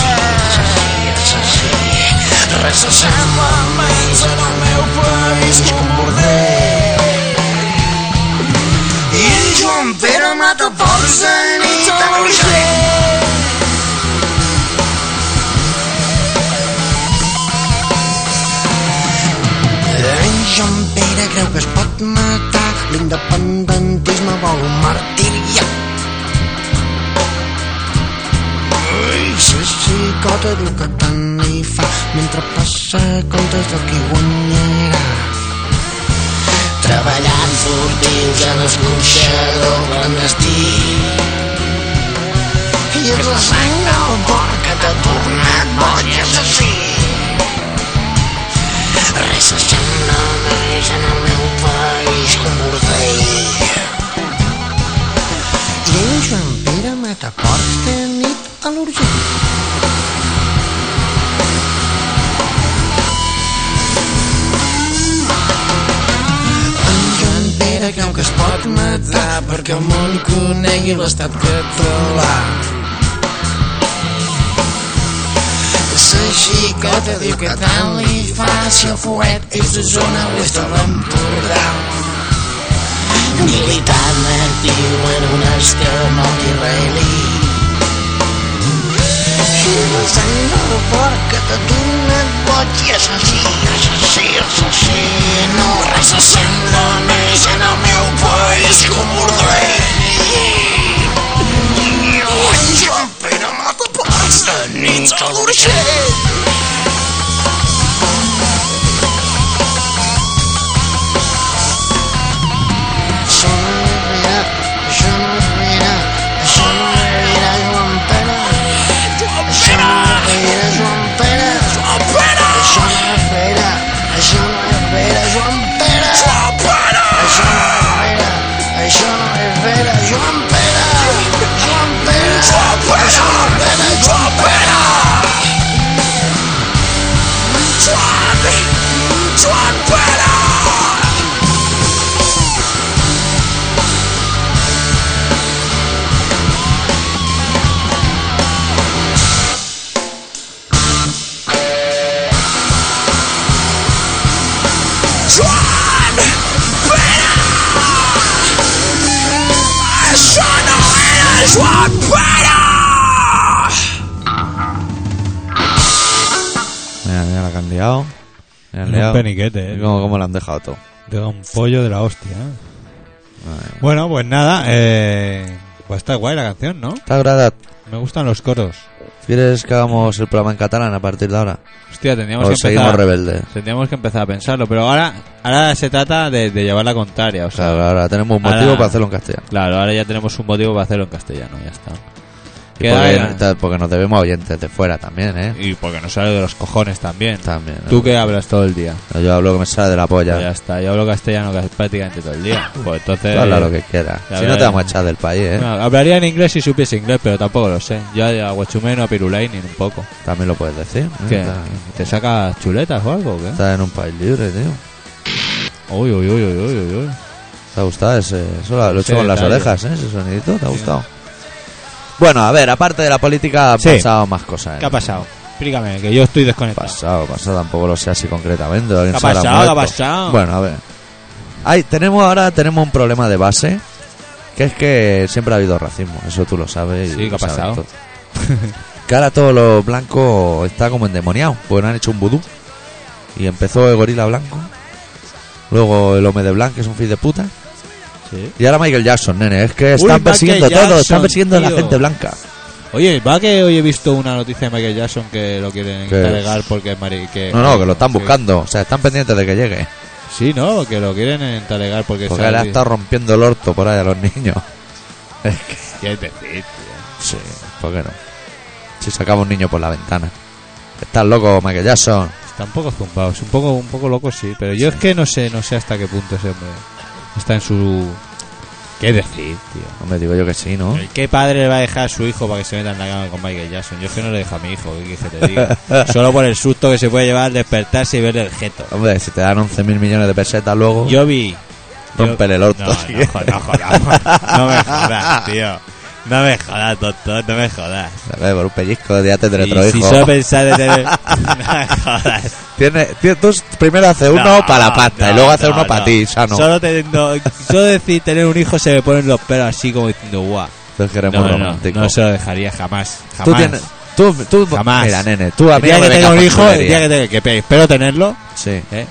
[SPEAKER 3] Res s'assembla menys en el meu país que un bordell. I Joan Pere mata porcs de nit a l'Urgell. En Joan Pere creu que es pot matar L'independentisme vol un martirià La xicota diu que tant li fa Mentre passa comptes del qui guanyarà Treballant furtius a l'escorxador clandestí I és la sang del porc que t'ha tornat boig i assassí Res sembla més en el meu país que un bordell. I en Joan Pere mata porcs de nit a l'Urgell. En Joan Pere creu que es pot matar perquè el món conegui l'estat català. La xicota diu que tant li fa si el fuet és de zona oest de l'Empordà. Militant actiu en un esquema antirreli. Si la sang del porc que t'ha donat boig i assassí, assassí, assassí, no res s'assembla més en el meu país que un bordell. Ai, Joan Pere mata porcs de nit a l'Urgell. Això no era, això no era, això no era Joan Pere. Això no era Joan Pere. Això no era, això no era Joan Pere. Això no era, això no era Joan Pere. Joan Pere. Això no era Joan Pere. Joan Pere.
[SPEAKER 1] Mira, mira la que han liado. Mira, han
[SPEAKER 2] Un
[SPEAKER 1] liado.
[SPEAKER 2] peniquete, eh.
[SPEAKER 1] Y cómo- cómo la han dejado todo.
[SPEAKER 2] De un pollo de la hostia. ¿eh?
[SPEAKER 1] Ah.
[SPEAKER 2] Bueno, pues nada. Eh, pues está guay la canción, ¿no?
[SPEAKER 1] Está grada.
[SPEAKER 2] Me gustan los coros.
[SPEAKER 1] ¿Quieres que hagamos el programa en catalán a partir de ahora?
[SPEAKER 2] Hostia, teníamos
[SPEAKER 1] O
[SPEAKER 2] que
[SPEAKER 1] Pues seguimos
[SPEAKER 2] empezar.
[SPEAKER 1] rebeldes.
[SPEAKER 2] Tendríamos que empezar a pensarlo, pero ahora, ahora se trata de, de llevar la contraria, o
[SPEAKER 1] O
[SPEAKER 2] sea,
[SPEAKER 1] sea, ahora tenemos un motivo
[SPEAKER 2] Ahora-
[SPEAKER 1] para hacerlo en castellano.
[SPEAKER 2] claro, ahora ya tenemos un motivo para hacerlo en castellano, ya está.
[SPEAKER 1] Y
[SPEAKER 2] Que
[SPEAKER 1] porque,
[SPEAKER 2] haya.
[SPEAKER 1] tal, porque nos debemos a oyentes de fuera también, ¿eh?
[SPEAKER 2] Y porque nos sale de los cojones también.
[SPEAKER 1] También. ¿eh?
[SPEAKER 2] Tú que hablas todo el día.
[SPEAKER 1] Yo hablo que me sale de la
[SPEAKER 2] Ya.
[SPEAKER 1] polla.
[SPEAKER 2] está, yo hablo castellano casi prácticamente todo el día. Pues entonces.
[SPEAKER 1] Tú habla lo que quieras.
[SPEAKER 2] Ya
[SPEAKER 1] Si no te
[SPEAKER 2] ves.
[SPEAKER 1] vamos a echar del país, ¿eh?
[SPEAKER 2] No, hablaría en inglés si supiese inglés, pero tampoco lo sé. Yo a Guachumeno, a Pirulainen un poco.
[SPEAKER 1] También lo puedes decir. ¿eh?
[SPEAKER 2] ¿Qué?
[SPEAKER 1] Estás
[SPEAKER 2] ¿Te sacas chuletas o algo? o ¿Qué?
[SPEAKER 1] estás en un país libre, tío.
[SPEAKER 2] Uy, uy, uy, uy, uy, uy, uy.
[SPEAKER 1] ¿Te ha gustado ese? Eso lo he hecho
[SPEAKER 2] Ese
[SPEAKER 1] con las
[SPEAKER 2] detalle.
[SPEAKER 1] orejas, ¿eh? Ese sonidito, ¿te ha gustado? Bueno, a ver, aparte de la política, han
[SPEAKER 2] Sí.
[SPEAKER 1] pasado más cosas. ¿eh?
[SPEAKER 2] ¿Qué ha pasado? Explícame, que yo estoy desconectado.
[SPEAKER 1] Pasado, pasado, tampoco lo sé así concretamente. alguien
[SPEAKER 2] ¿Qué ha
[SPEAKER 1] se habrá
[SPEAKER 2] pasado? ¿Qué ha
[SPEAKER 1] muerto.
[SPEAKER 2] pasado?
[SPEAKER 1] Bueno, a ver. Ay, tenemos ahora tenemos un problema de base, que es que siempre ha habido racismo, eso tú lo sabes. y
[SPEAKER 2] Sí, ¿qué
[SPEAKER 1] lo
[SPEAKER 2] ha
[SPEAKER 1] sabes
[SPEAKER 2] pasado?
[SPEAKER 1] todo. <laughs> que ahora todos los blancos está como endemoniados, porque no han hecho un vudú. Y empezó el gorila blanco, luego el hombre de blanco, que es un fin de puta.
[SPEAKER 2] Sí.
[SPEAKER 1] Y ahora Michael Jackson, nene, es que
[SPEAKER 2] Uy,
[SPEAKER 1] están
[SPEAKER 2] Michael
[SPEAKER 1] persiguiendo todo, están
[SPEAKER 2] Jackson,
[SPEAKER 1] persiguiendo a la
[SPEAKER 2] tío.
[SPEAKER 1] gente blanca.
[SPEAKER 2] Oye, va que hoy he visto una noticia de Michael Jackson que lo quieren
[SPEAKER 1] Que-
[SPEAKER 2] entregar porque es mari... Que,
[SPEAKER 1] No, no, que lo están
[SPEAKER 2] sí.
[SPEAKER 1] buscando, o sea, están pendientes de que llegue.
[SPEAKER 2] Sí, no, que lo quieren entregar porque...
[SPEAKER 1] Porque
[SPEAKER 2] se-
[SPEAKER 1] le ha estado rompiendo el orto por ahí a los niños. Es que
[SPEAKER 2] ¿Qué es decir, tío?
[SPEAKER 1] Sí, <laughs> ¿por qué no? Si sacaba un niño por la ventana. Estás loco, Michael Jackson.
[SPEAKER 2] Está un poco zumbado, es un poco, un poco loco, sí. Pero yo es que no sé, no sé hasta qué punto ese hombre está en su... ¿Qué decir, tío?
[SPEAKER 1] Hombre, digo yo que sí, ¿no?
[SPEAKER 2] ¿Qué padre le va a dejar a su hijo para que se meta en la cama con Michael Jackson? Yo es que no le dejo a mi hijo, ¿qué quieres que te diga? <laughs> Solo por el susto que se puede llevar al despertarse y ver el jeto.
[SPEAKER 1] Hombre, si te dan 11.000 millones de pesetas luego,
[SPEAKER 2] Yo vi.
[SPEAKER 1] Rómpele el orto,
[SPEAKER 2] No, no,
[SPEAKER 1] si quieres.
[SPEAKER 2] jo- no jodamos. No me jodas, tío. No me jodas, doctor, no me jodas.
[SPEAKER 1] a ver, por un pellizco ya tendré
[SPEAKER 2] Y
[SPEAKER 1] otro
[SPEAKER 2] si
[SPEAKER 1] hijo.
[SPEAKER 2] solo pensás de tener. <laughs> No me jodas.
[SPEAKER 1] Tiene, tiene- tú primero haces uno
[SPEAKER 2] No,
[SPEAKER 1] para la pasta y
[SPEAKER 2] no,
[SPEAKER 1] luego haces
[SPEAKER 2] no,
[SPEAKER 1] uno para
[SPEAKER 2] no.
[SPEAKER 1] ti, sano.
[SPEAKER 2] Solo, teniendo, solo decir tener un hijo se me ponen los pelos así como diciendo, guau.
[SPEAKER 1] Entonces que eres
[SPEAKER 2] No,
[SPEAKER 1] muy
[SPEAKER 2] no, no,
[SPEAKER 1] romántico.
[SPEAKER 2] no se lo dejaría jamás. Jamás.
[SPEAKER 1] tú tienes... Tú, tú,
[SPEAKER 2] Jamás.
[SPEAKER 1] Mira, nene, tú a
[SPEAKER 2] el
[SPEAKER 1] mí no
[SPEAKER 2] día
[SPEAKER 1] me
[SPEAKER 2] que
[SPEAKER 1] vengas
[SPEAKER 2] tenga un
[SPEAKER 1] con
[SPEAKER 2] hijo, el
[SPEAKER 1] chulería.
[SPEAKER 2] día que, tenga- que pe- espero tenerlo,
[SPEAKER 1] Sí,
[SPEAKER 2] ¿eh?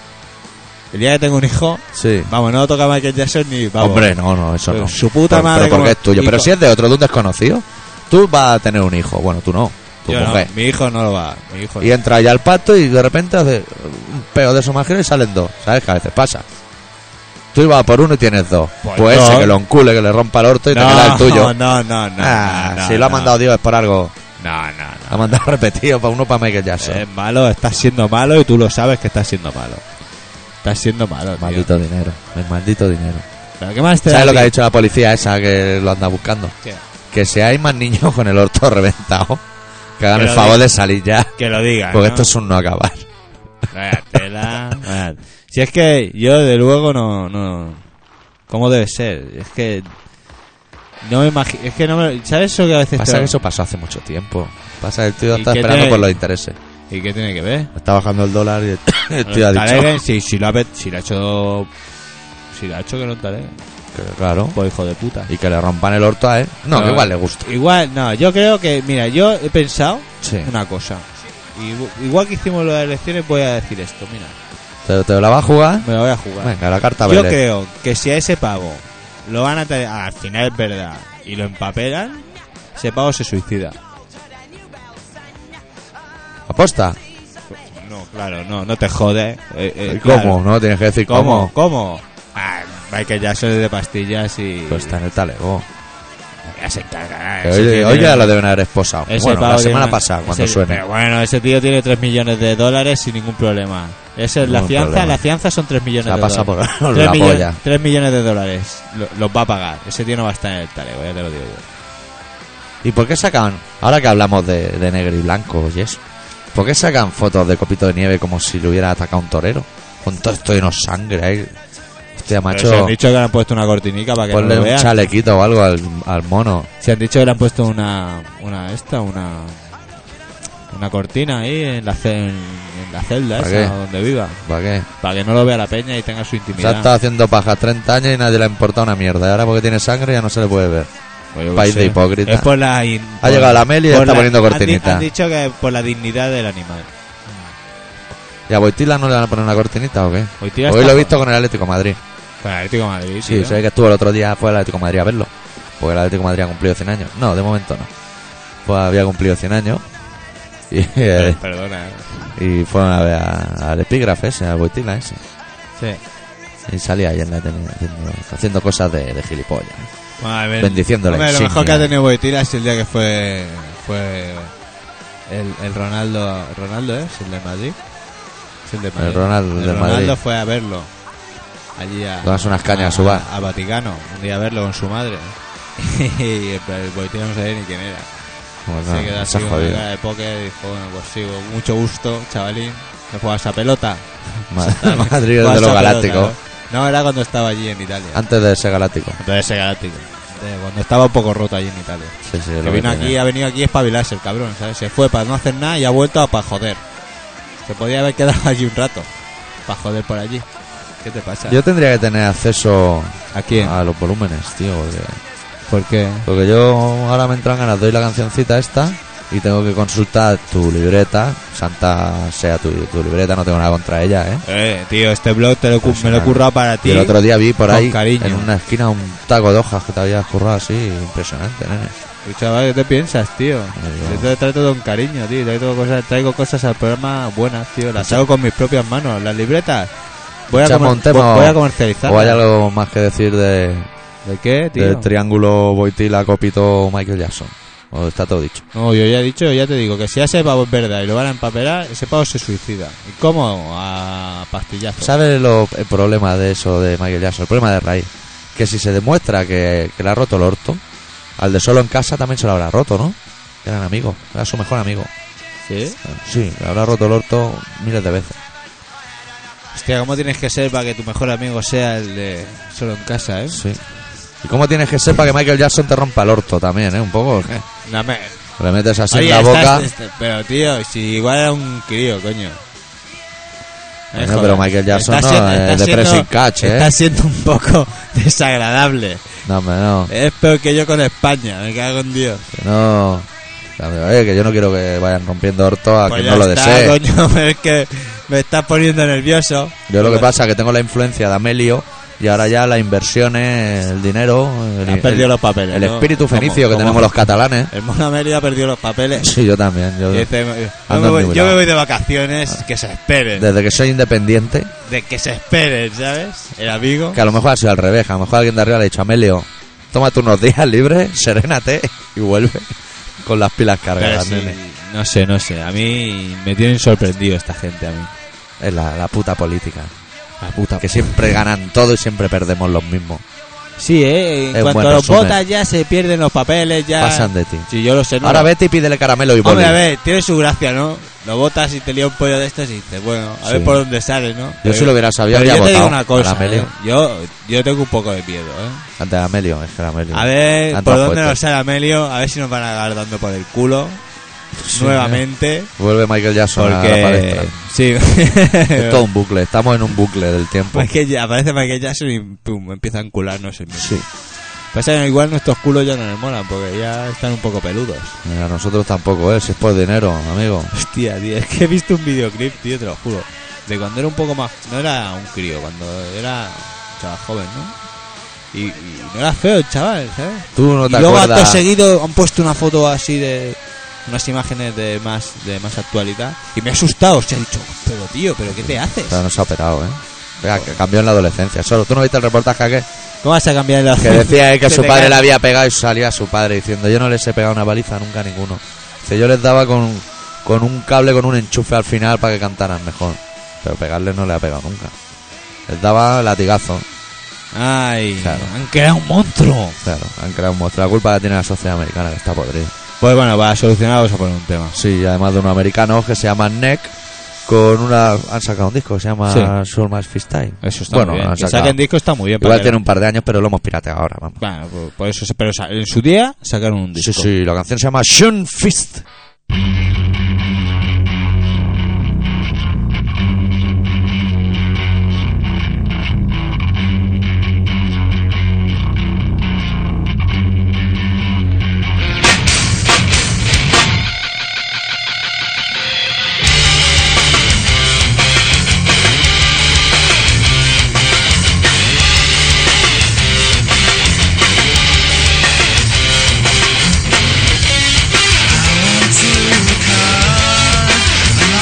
[SPEAKER 2] el día que tenga un hijo,
[SPEAKER 1] sí.
[SPEAKER 2] vamos, no toca Michael Jackson ni vamos.
[SPEAKER 1] Hombre, no, no, eso
[SPEAKER 2] Pero
[SPEAKER 1] no.
[SPEAKER 2] su puta
[SPEAKER 1] Pero-
[SPEAKER 2] madre
[SPEAKER 1] Pero porque
[SPEAKER 2] como-
[SPEAKER 1] es tuyo. Pero
[SPEAKER 2] hijo.
[SPEAKER 1] si es de otro, de un desconocido, tú vas a tener un hijo. Bueno, tú no. Tu
[SPEAKER 2] Yo no,
[SPEAKER 1] mujer.
[SPEAKER 2] mi hijo no lo va, mi hijo.
[SPEAKER 1] Y este
[SPEAKER 2] no.
[SPEAKER 1] entra ya al pacto y de repente hace un peo de esos magios y salen dos. ¿Sabes? Que a veces pasa. Tú ibas por uno y tienes dos.
[SPEAKER 2] Pues
[SPEAKER 1] Pues,
[SPEAKER 2] no.
[SPEAKER 1] ese que lo encule, que le rompa el orto y te queda el tuyo.
[SPEAKER 2] No, no, no.
[SPEAKER 1] Ah,
[SPEAKER 2] no, no,
[SPEAKER 1] si lo ha
[SPEAKER 2] no.
[SPEAKER 1] mandado Dios es por algo.
[SPEAKER 2] No, no, no.
[SPEAKER 1] Lo ha mandado <laughs> repetido para uno para Michael Jackson.
[SPEAKER 2] Es malo, estás siendo malo y tú lo sabes que estás siendo malo. Estás siendo malo, tío.
[SPEAKER 1] maldito dinero. El maldito dinero.
[SPEAKER 2] ¿Pero qué más te da
[SPEAKER 1] ¿Sabes lo que
[SPEAKER 2] a
[SPEAKER 1] ha
[SPEAKER 2] ti?
[SPEAKER 1] dicho la policía esa que lo anda buscando?
[SPEAKER 2] ¿Qué?
[SPEAKER 1] Que si hay más niños con el orto <laughs> reventado, que hagan
[SPEAKER 2] Que
[SPEAKER 1] el
[SPEAKER 2] lo
[SPEAKER 1] favor
[SPEAKER 2] diga.
[SPEAKER 1] de salir ya.
[SPEAKER 2] Que lo diga.
[SPEAKER 1] Porque
[SPEAKER 2] ¿no?
[SPEAKER 1] esto es un no acabar.
[SPEAKER 2] Vaya tela. Vaya. Si es que yo, de luego, no. no ¿Cómo debe ser? Es que. No me imagino. Es que no me. ¿Sabes eso que a veces.
[SPEAKER 1] Pasa
[SPEAKER 2] te-
[SPEAKER 1] que eso pasó hace mucho tiempo. Pasa que el tío
[SPEAKER 2] ¿Y
[SPEAKER 1] está
[SPEAKER 2] qué
[SPEAKER 1] esperando
[SPEAKER 2] te-
[SPEAKER 1] por los intereses.
[SPEAKER 2] ¿Y qué tiene que ver?
[SPEAKER 1] Está bajando el dólar <coughs> y el el tío ha
[SPEAKER 2] Bueno,
[SPEAKER 1] dicho.
[SPEAKER 2] Targaryen, si, si, lo ha, pe- si lo ha hecho. Si lo ha hecho, que no Targaryen.
[SPEAKER 1] que claro.
[SPEAKER 2] Pues hijo de puta.
[SPEAKER 1] Y que le rompan el orto a él. No,
[SPEAKER 2] No,
[SPEAKER 1] que igual le
[SPEAKER 2] eh.
[SPEAKER 1] gusta.
[SPEAKER 2] Igual, no, yo creo que. Mira, yo he pensado
[SPEAKER 1] Sí.
[SPEAKER 2] una cosa. Y- Igual que hicimos las elecciones, voy a decir esto. Mira,
[SPEAKER 1] ¿Te, te la va a jugar?
[SPEAKER 2] me la voy a jugar.
[SPEAKER 1] Venga, la carta
[SPEAKER 2] Yo
[SPEAKER 1] Vélez.
[SPEAKER 2] creo que si a ese pavo lo van a traer, al final es verdad, y lo empapelan, ese pavo se suicida.
[SPEAKER 1] ¿Aposta?
[SPEAKER 2] No, claro, no, no te jode. eh, eh,
[SPEAKER 1] ¿Y
[SPEAKER 2] claro.
[SPEAKER 1] ¿Cómo? No, tienes que decir cómo.
[SPEAKER 2] ¿Cómo? ¿Cómo? Ah, Michael Jackson es de pastillas y.
[SPEAKER 1] Pues está en el talego.
[SPEAKER 2] ya se encargará.
[SPEAKER 1] Que
[SPEAKER 2] ese
[SPEAKER 1] hoy,
[SPEAKER 2] tío
[SPEAKER 1] hoy
[SPEAKER 2] tiene-
[SPEAKER 1] ya lo deben haber esposado.
[SPEAKER 2] ese
[SPEAKER 1] bueno,
[SPEAKER 2] pavo
[SPEAKER 1] la
[SPEAKER 2] tiene
[SPEAKER 1] semana
[SPEAKER 2] una-
[SPEAKER 1] pasada, cuando
[SPEAKER 2] ese-
[SPEAKER 1] suene.
[SPEAKER 2] Pero bueno, ese tío tiene 3 millones de dólares sin ningún problema. Esa es la
[SPEAKER 1] Ningún
[SPEAKER 2] fianza,
[SPEAKER 1] problema.
[SPEAKER 2] la fianza son 3 millones
[SPEAKER 1] Se ha
[SPEAKER 2] de
[SPEAKER 1] pasado
[SPEAKER 2] dólares. <laughs>
[SPEAKER 1] por
[SPEAKER 2] Tres
[SPEAKER 1] la
[SPEAKER 2] millo-
[SPEAKER 1] polla.
[SPEAKER 2] tres millones de dólares lo- los va a pagar. Ese tío no va a estar en el talego, ya te lo digo yo.
[SPEAKER 1] ¿Y por qué sacan, ahora que hablamos de, de negro y blanco y eso, por qué sacan fotos de copito de nieve como si le hubiera atacado un torero? Con todo esto lleno de sangre ahí. Hostia,
[SPEAKER 2] Pero Eh, si
[SPEAKER 1] macho,
[SPEAKER 2] han dicho que le han puesto una cortinica para que no
[SPEAKER 1] ponle
[SPEAKER 2] lo
[SPEAKER 1] un
[SPEAKER 2] vean.
[SPEAKER 1] chalequito o algo al, al mono.
[SPEAKER 2] Si han dicho que le han puesto una, una esta, una una cortina ahí en la, ce- en, en la celda
[SPEAKER 1] ¿Para
[SPEAKER 2] esa
[SPEAKER 1] qué?
[SPEAKER 2] donde viva,
[SPEAKER 1] ¿Para qué?
[SPEAKER 2] para que no lo vea la peña y tenga su
[SPEAKER 1] Se ha
[SPEAKER 2] intimidad.
[SPEAKER 1] estado haciendo paja 30 años y nadie le ha importado una mierda. Y ahora porque tiene sangre ya no se le puede ver.
[SPEAKER 2] Pues yo qué
[SPEAKER 1] país de
[SPEAKER 2] sé.
[SPEAKER 1] hipócritas.
[SPEAKER 2] Es por la in-
[SPEAKER 1] Ha llegado la Meli y
[SPEAKER 2] por
[SPEAKER 1] está
[SPEAKER 2] la-
[SPEAKER 1] poniendo
[SPEAKER 2] han di-
[SPEAKER 1] cortinita.
[SPEAKER 2] Han, dicho que por la dignidad del animal.
[SPEAKER 1] ¿Y a Boitila no le van a poner una cortinita o qué?
[SPEAKER 2] Hoy, tía
[SPEAKER 1] Hoy lo
[SPEAKER 2] está
[SPEAKER 1] he
[SPEAKER 2] con-
[SPEAKER 1] visto con el Atlético de Madrid.
[SPEAKER 2] Con el Atlético de Madrid.
[SPEAKER 1] Sí,
[SPEAKER 2] tío.
[SPEAKER 1] sé que estuvo el otro día, fue el Atlético de Madrid a verlo. Porque el Atlético de Madrid ha cumplido 100 años. No, de momento no. Pues había cumplido 100 años. <laughs> Y, eh,
[SPEAKER 2] Perdona.
[SPEAKER 1] y fueron a ver a- al epígrafe ese, al Boitila ese.
[SPEAKER 2] Sí.
[SPEAKER 1] Y salía ahí en la tele haciendo, haciendo cosas de, de gilipollas.
[SPEAKER 2] Madre mía.
[SPEAKER 1] Bendiciendo la
[SPEAKER 2] Hombre, Lo
[SPEAKER 1] insignia.
[SPEAKER 2] mejor que ha tenido Boitila es el día que fue. fue el, el Ronaldo. ¿Ronaldo ¿eh? es? ¿El de Madrid? Es el de Madrid.
[SPEAKER 1] Ronaldo
[SPEAKER 2] El
[SPEAKER 1] de
[SPEAKER 2] Ronaldo
[SPEAKER 1] Madrid.
[SPEAKER 2] fue a verlo. Allí a.
[SPEAKER 1] Tomarse unas cañas a su bar.
[SPEAKER 2] A Vaticano. Un día a verlo con su madre. <laughs> y el, el Boitila no sabía ni quién era.
[SPEAKER 1] Como
[SPEAKER 2] Se
[SPEAKER 1] que Pues
[SPEAKER 2] quedó
[SPEAKER 1] no,
[SPEAKER 2] así
[SPEAKER 1] se ha
[SPEAKER 2] con una
[SPEAKER 1] jodido.
[SPEAKER 2] cara de póker y dijo: Bueno, pues sigo. Mucho gusto, chavalín. Que juegas
[SPEAKER 1] <laughs>
[SPEAKER 2] a pelota.
[SPEAKER 1] Madre-
[SPEAKER 2] <laughs>
[SPEAKER 1] Madrid de
[SPEAKER 2] Juegas
[SPEAKER 1] los
[SPEAKER 2] a pelota,
[SPEAKER 1] galácticos.
[SPEAKER 2] ¿no? no, era cuando estaba allí en Italia.
[SPEAKER 1] Antes de ser galáctico.
[SPEAKER 2] Entonces ese galáctico. De- Cuando estaba un poco roto allí en Italia.
[SPEAKER 1] Sí, sí, lo
[SPEAKER 2] Que
[SPEAKER 1] que
[SPEAKER 2] vino
[SPEAKER 1] tenía.
[SPEAKER 2] aquí, ha venido aquí a espabilarse el cabrón, ¿sabes? Se fue para no hacer nada y ha vuelto a para joder. Se podía haber quedado <laughs> allí un rato. Para joder por allí. ¿Qué te pasa?
[SPEAKER 1] Yo Ah. tendría que tener acceso
[SPEAKER 2] ¿A quién?
[SPEAKER 1] a los volúmenes, tío. Porque,
[SPEAKER 2] ¿Por qué?
[SPEAKER 1] porque yo ahora me entran ganas, doy la cancioncita esta y tengo que consultar tu libreta. Santa sea tu, tu libreta, no tengo nada contra ella, ¿eh?
[SPEAKER 2] Eh, tío, este blog te lo, cu-
[SPEAKER 1] Pues
[SPEAKER 2] me lo he
[SPEAKER 1] nada.
[SPEAKER 2] currado para
[SPEAKER 1] Y
[SPEAKER 2] ti.
[SPEAKER 1] el otro día vi por
[SPEAKER 2] con
[SPEAKER 1] ahí,
[SPEAKER 2] cariño.
[SPEAKER 1] en una esquina, un taco de hojas que te habías currado así. Impresionante, nene.
[SPEAKER 2] Y, chaval, ¿qué te piensas, tío?
[SPEAKER 1] Digo,
[SPEAKER 2] Yo te trato con cariño, tío. Traigo cosas, traigo cosas al programa buenas, tío. Las hago con mis propias manos. Las libretas. Voy
[SPEAKER 1] Pues
[SPEAKER 2] a,
[SPEAKER 1] Echamos
[SPEAKER 2] comer-
[SPEAKER 1] un tema
[SPEAKER 2] voy a
[SPEAKER 1] o-
[SPEAKER 2] comercializar.
[SPEAKER 1] ¿O hay algo más que decir de,
[SPEAKER 2] ¿De qué, tío?
[SPEAKER 1] del triángulo Boitila, Copito, Michael Jackson? O está todo dicho.
[SPEAKER 2] No, yo ya he dicho, ya te digo, que si ese pavo es verdad y lo van a empapelar, ese pavo se suicida. ¿Y cómo? A pastillazo.
[SPEAKER 1] ¿Sabes lo- el problema de eso de Michael Jackson? El problema de raíz. Que si se demuestra que, que le ha roto el orto, al de solo en casa también se lo habrá roto, ¿no? Eran amigos, era su mejor amigo.
[SPEAKER 2] ¿Sí?
[SPEAKER 1] Sí, le habrá roto el orto miles de veces.
[SPEAKER 2] Hostia, ¿cómo tienes que ser para que tu mejor amigo sea el de solo en casa, eh?
[SPEAKER 1] Sí. ¿Y cómo tienes que ser para que Michael Jackson te rompa el orto también, eh? Un poco. ¿eh?
[SPEAKER 2] No me...
[SPEAKER 1] Le metes así
[SPEAKER 2] Oye,
[SPEAKER 1] Pues en la
[SPEAKER 2] estás-
[SPEAKER 1] boca.
[SPEAKER 2] este- pero tío, si igual era un crío, coño. Eh,
[SPEAKER 1] Coño,
[SPEAKER 2] joder.
[SPEAKER 1] pero Michael Jackson
[SPEAKER 2] Está
[SPEAKER 1] no,
[SPEAKER 2] siendo-
[SPEAKER 1] eh,
[SPEAKER 2] está
[SPEAKER 1] de
[SPEAKER 2] siendo-
[SPEAKER 1] pressing catch, ¿eh?
[SPEAKER 2] Está siendo un poco <laughs> desagradable.
[SPEAKER 1] No, hombre, no.
[SPEAKER 2] Es peor que yo con España, me cago en Dios.
[SPEAKER 1] Que no. Eh, que yo no quiero que vayan rompiendo orto a
[SPEAKER 2] Pues
[SPEAKER 1] quien
[SPEAKER 2] ya
[SPEAKER 1] no lo
[SPEAKER 2] está,
[SPEAKER 1] desee.
[SPEAKER 2] coño, <laughs> es que me estás poniendo nervioso.
[SPEAKER 1] Yo lo que pasa es que tengo la influencia de Amelio y ahora ya las inversiones, el dinero, el,
[SPEAKER 2] Has perdido
[SPEAKER 1] el-
[SPEAKER 2] los papeles.
[SPEAKER 1] el
[SPEAKER 2] ¿no?
[SPEAKER 1] espíritu
[SPEAKER 2] Como-
[SPEAKER 1] fenicio que
[SPEAKER 2] como-
[SPEAKER 1] tenemos los catalanes.
[SPEAKER 2] El mono Mérida perdió los <laughs> papeles.
[SPEAKER 1] Sí, yo también. yo-
[SPEAKER 2] Y dice, "Yo
[SPEAKER 1] Anda
[SPEAKER 2] me voy- yo
[SPEAKER 1] nublado.
[SPEAKER 2] me voy de vacaciones, que se esperen. Ah. De,
[SPEAKER 1] desde que soy independiente,
[SPEAKER 2] que se esperen, ¿sabes? El amigo.
[SPEAKER 1] que a lo mejor ha sido al revés, que a lo mejor alguien de arriba le ha dicho, Amelio, tómate unos días libres, <laughs> serénate y vuelve con las pilas
[SPEAKER 2] Pero
[SPEAKER 1] cargadas,
[SPEAKER 2] sí,
[SPEAKER 1] nene.
[SPEAKER 2] no sé, no sé. A mí me tienen sorprendido esta gente, a mí.
[SPEAKER 1] Es la, la puta política.
[SPEAKER 2] La puta.
[SPEAKER 1] Que siempre ganan todo y siempre perdemos los mismos.
[SPEAKER 2] Sí, ¿eh? En
[SPEAKER 1] Es un
[SPEAKER 2] cuanto
[SPEAKER 1] buen
[SPEAKER 2] a los
[SPEAKER 1] resumen.
[SPEAKER 2] botas ya se pierden los papeles, ya...
[SPEAKER 1] Pasan de ti.
[SPEAKER 2] Sí, yo lo sé. ¿no?
[SPEAKER 1] Ahora vete y pídele caramelo y boli.
[SPEAKER 2] Hombre, a ver, tiene su gracia, ¿no? Lo botas y te lía un pollo de estos y dices, bueno, a
[SPEAKER 1] Sí.
[SPEAKER 2] ver por dónde sale, ¿no?
[SPEAKER 1] Yo si lo hubiera sabido,
[SPEAKER 2] Pero
[SPEAKER 1] habría
[SPEAKER 2] yo te digo
[SPEAKER 1] votado
[SPEAKER 2] una cosa,
[SPEAKER 1] a Amelio.
[SPEAKER 2] ¿eh? yo, yo tengo un poco de miedo, ¿eh?
[SPEAKER 1] Ante Amelio, es que era Amelio.
[SPEAKER 2] A ver
[SPEAKER 1] Tantas
[SPEAKER 2] por dónde
[SPEAKER 1] puertas.
[SPEAKER 2] nos sale Amelio, a ver si nos van a acabar dando por el culo
[SPEAKER 1] Sí,
[SPEAKER 2] nuevamente,
[SPEAKER 1] eh. Vuelve Michael Jackson a la palestra.
[SPEAKER 2] porque... Sí,
[SPEAKER 1] Es
[SPEAKER 2] <laughs>
[SPEAKER 1] todo un bucle, estamos en un bucle del tiempo.
[SPEAKER 2] Michael Pues Ya- aparece Michael Jackson y pum, empieza a encularnos el mismo.
[SPEAKER 1] Sí,
[SPEAKER 2] Pasa que igual nuestros culos ya no les molan, porque ya están un poco peludos.
[SPEAKER 1] Eh, a nosotros tampoco, ¿eh? Si es por dinero, amigo.
[SPEAKER 2] Hostia, tío, es que he visto un videoclip, tío, te lo juro. De cuando era un poco más. No era un crío, cuando era un chaval joven, ¿no? Y, y no era feo el chaval, ¿sabes?
[SPEAKER 1] Tú no
[SPEAKER 2] y
[SPEAKER 1] te
[SPEAKER 2] luego acto
[SPEAKER 1] acuerdas.
[SPEAKER 2] seguido han puesto una foto así de. Unas imágenes de más de más actualidad. Y me ha asustado, se ha dicho, pero tío, ¿pero qué te haces?
[SPEAKER 1] Pero no se ha operado, ¿eh? Venga, que cambió en la adolescencia. Solo, ¿tú no viste el reportaje aquel?
[SPEAKER 2] ¿Cómo vas a cambiar la
[SPEAKER 1] Que decía eh, que
[SPEAKER 2] Te
[SPEAKER 1] su padre
[SPEAKER 2] pegas.
[SPEAKER 1] le había pegado y salía su padre diciendo, yo no les he pegado una paliza nunca a ninguno. Dice, yo les daba con, con un cable, con un enchufe al final para que cantaran mejor. Pero pegarle no le ha pegado nunca. Les daba latigazo.
[SPEAKER 2] Ay,
[SPEAKER 1] Claro.
[SPEAKER 2] han creado un monstruo.
[SPEAKER 1] Claro, han creado un monstruo. La culpa la tiene la sociedad americana, que está podrida.
[SPEAKER 2] Pues bueno, para solucionar vamos a poner un tema.
[SPEAKER 1] Sí, y además de unos americanos que se llaman Neck, con una... Han sacado un disco que se llama Soul Mass Fist Time.
[SPEAKER 2] Eso está
[SPEAKER 1] Bueno,
[SPEAKER 2] muy bien.
[SPEAKER 1] han
[SPEAKER 2] Que
[SPEAKER 1] sacado.
[SPEAKER 2] saquen disco está muy bien. para
[SPEAKER 1] Igual
[SPEAKER 2] que-
[SPEAKER 1] tiene un par de años, pero lo hemos pirateado ahora. Vamos.
[SPEAKER 2] Bueno, por, por eso, pero sa- en su día sacaron un disco.
[SPEAKER 1] Sí, sí, la canción se llama Shun Fist.
[SPEAKER 3] I want to come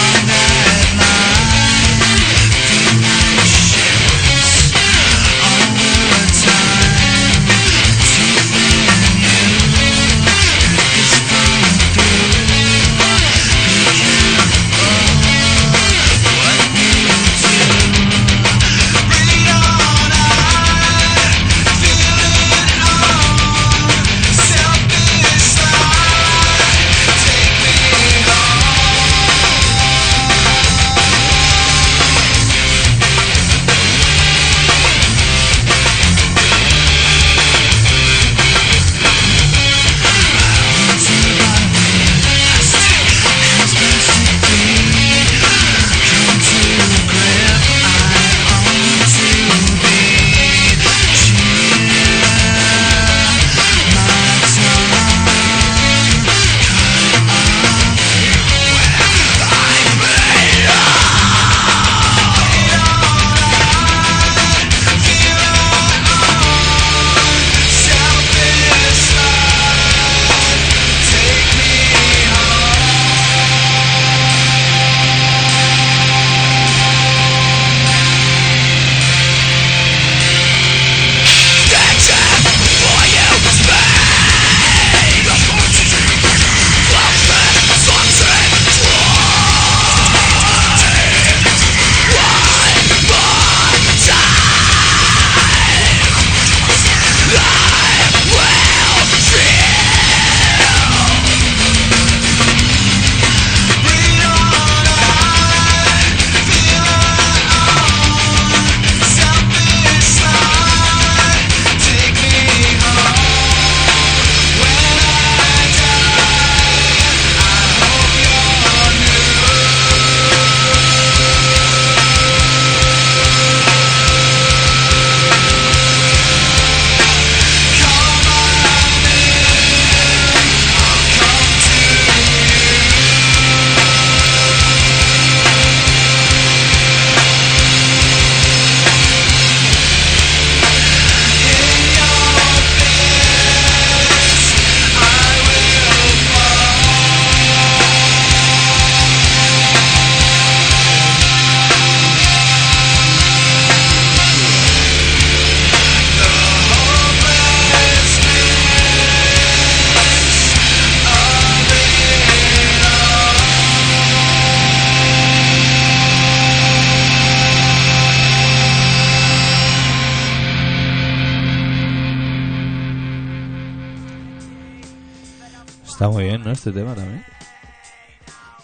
[SPEAKER 2] Está muy bien, ¿no? Este tema también.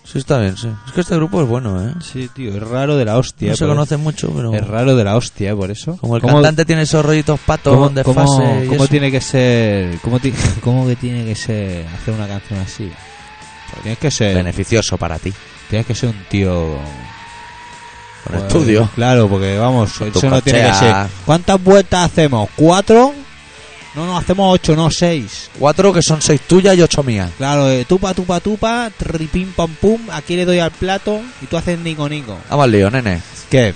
[SPEAKER 1] Sí, está bien, sí. Es que este grupo es bueno, ¿eh?
[SPEAKER 2] Sí, tío, es raro de la hostia.
[SPEAKER 1] no se
[SPEAKER 2] por
[SPEAKER 1] conocen mucho, pero...
[SPEAKER 2] eso. Es raro de la hostia, por eso.
[SPEAKER 1] Como el
[SPEAKER 2] ¿Cómo-
[SPEAKER 1] cantante tiene esos rollitos patos
[SPEAKER 2] cómo-
[SPEAKER 1] de
[SPEAKER 2] cómo-
[SPEAKER 1] fase y
[SPEAKER 2] cómo
[SPEAKER 1] eso.
[SPEAKER 2] tiene que ser. Cómo, ti- <laughs> cómo que tiene que ser hacer una canción así? Porque Tienes que ser.
[SPEAKER 1] Beneficioso para ti.
[SPEAKER 2] Tienes que ser un tío.
[SPEAKER 1] Con
[SPEAKER 2] Pues,
[SPEAKER 1] estudio.
[SPEAKER 2] Claro, porque vamos,
[SPEAKER 1] Con tu
[SPEAKER 2] eso no tiene que ser.
[SPEAKER 1] cochea.
[SPEAKER 2] ¿Cuántas vueltas hacemos? ¿Cuatro? No, no, hacemos ocho, no seis.
[SPEAKER 1] Cuatro que son seis tuyas y ocho mías.
[SPEAKER 2] Claro, eh, tupa, tupa, tupa, tripim, pam, pum, aquí le doy al plato y tú haces nico, nico.
[SPEAKER 1] Vamos al lío, nene.
[SPEAKER 2] ¿Qué?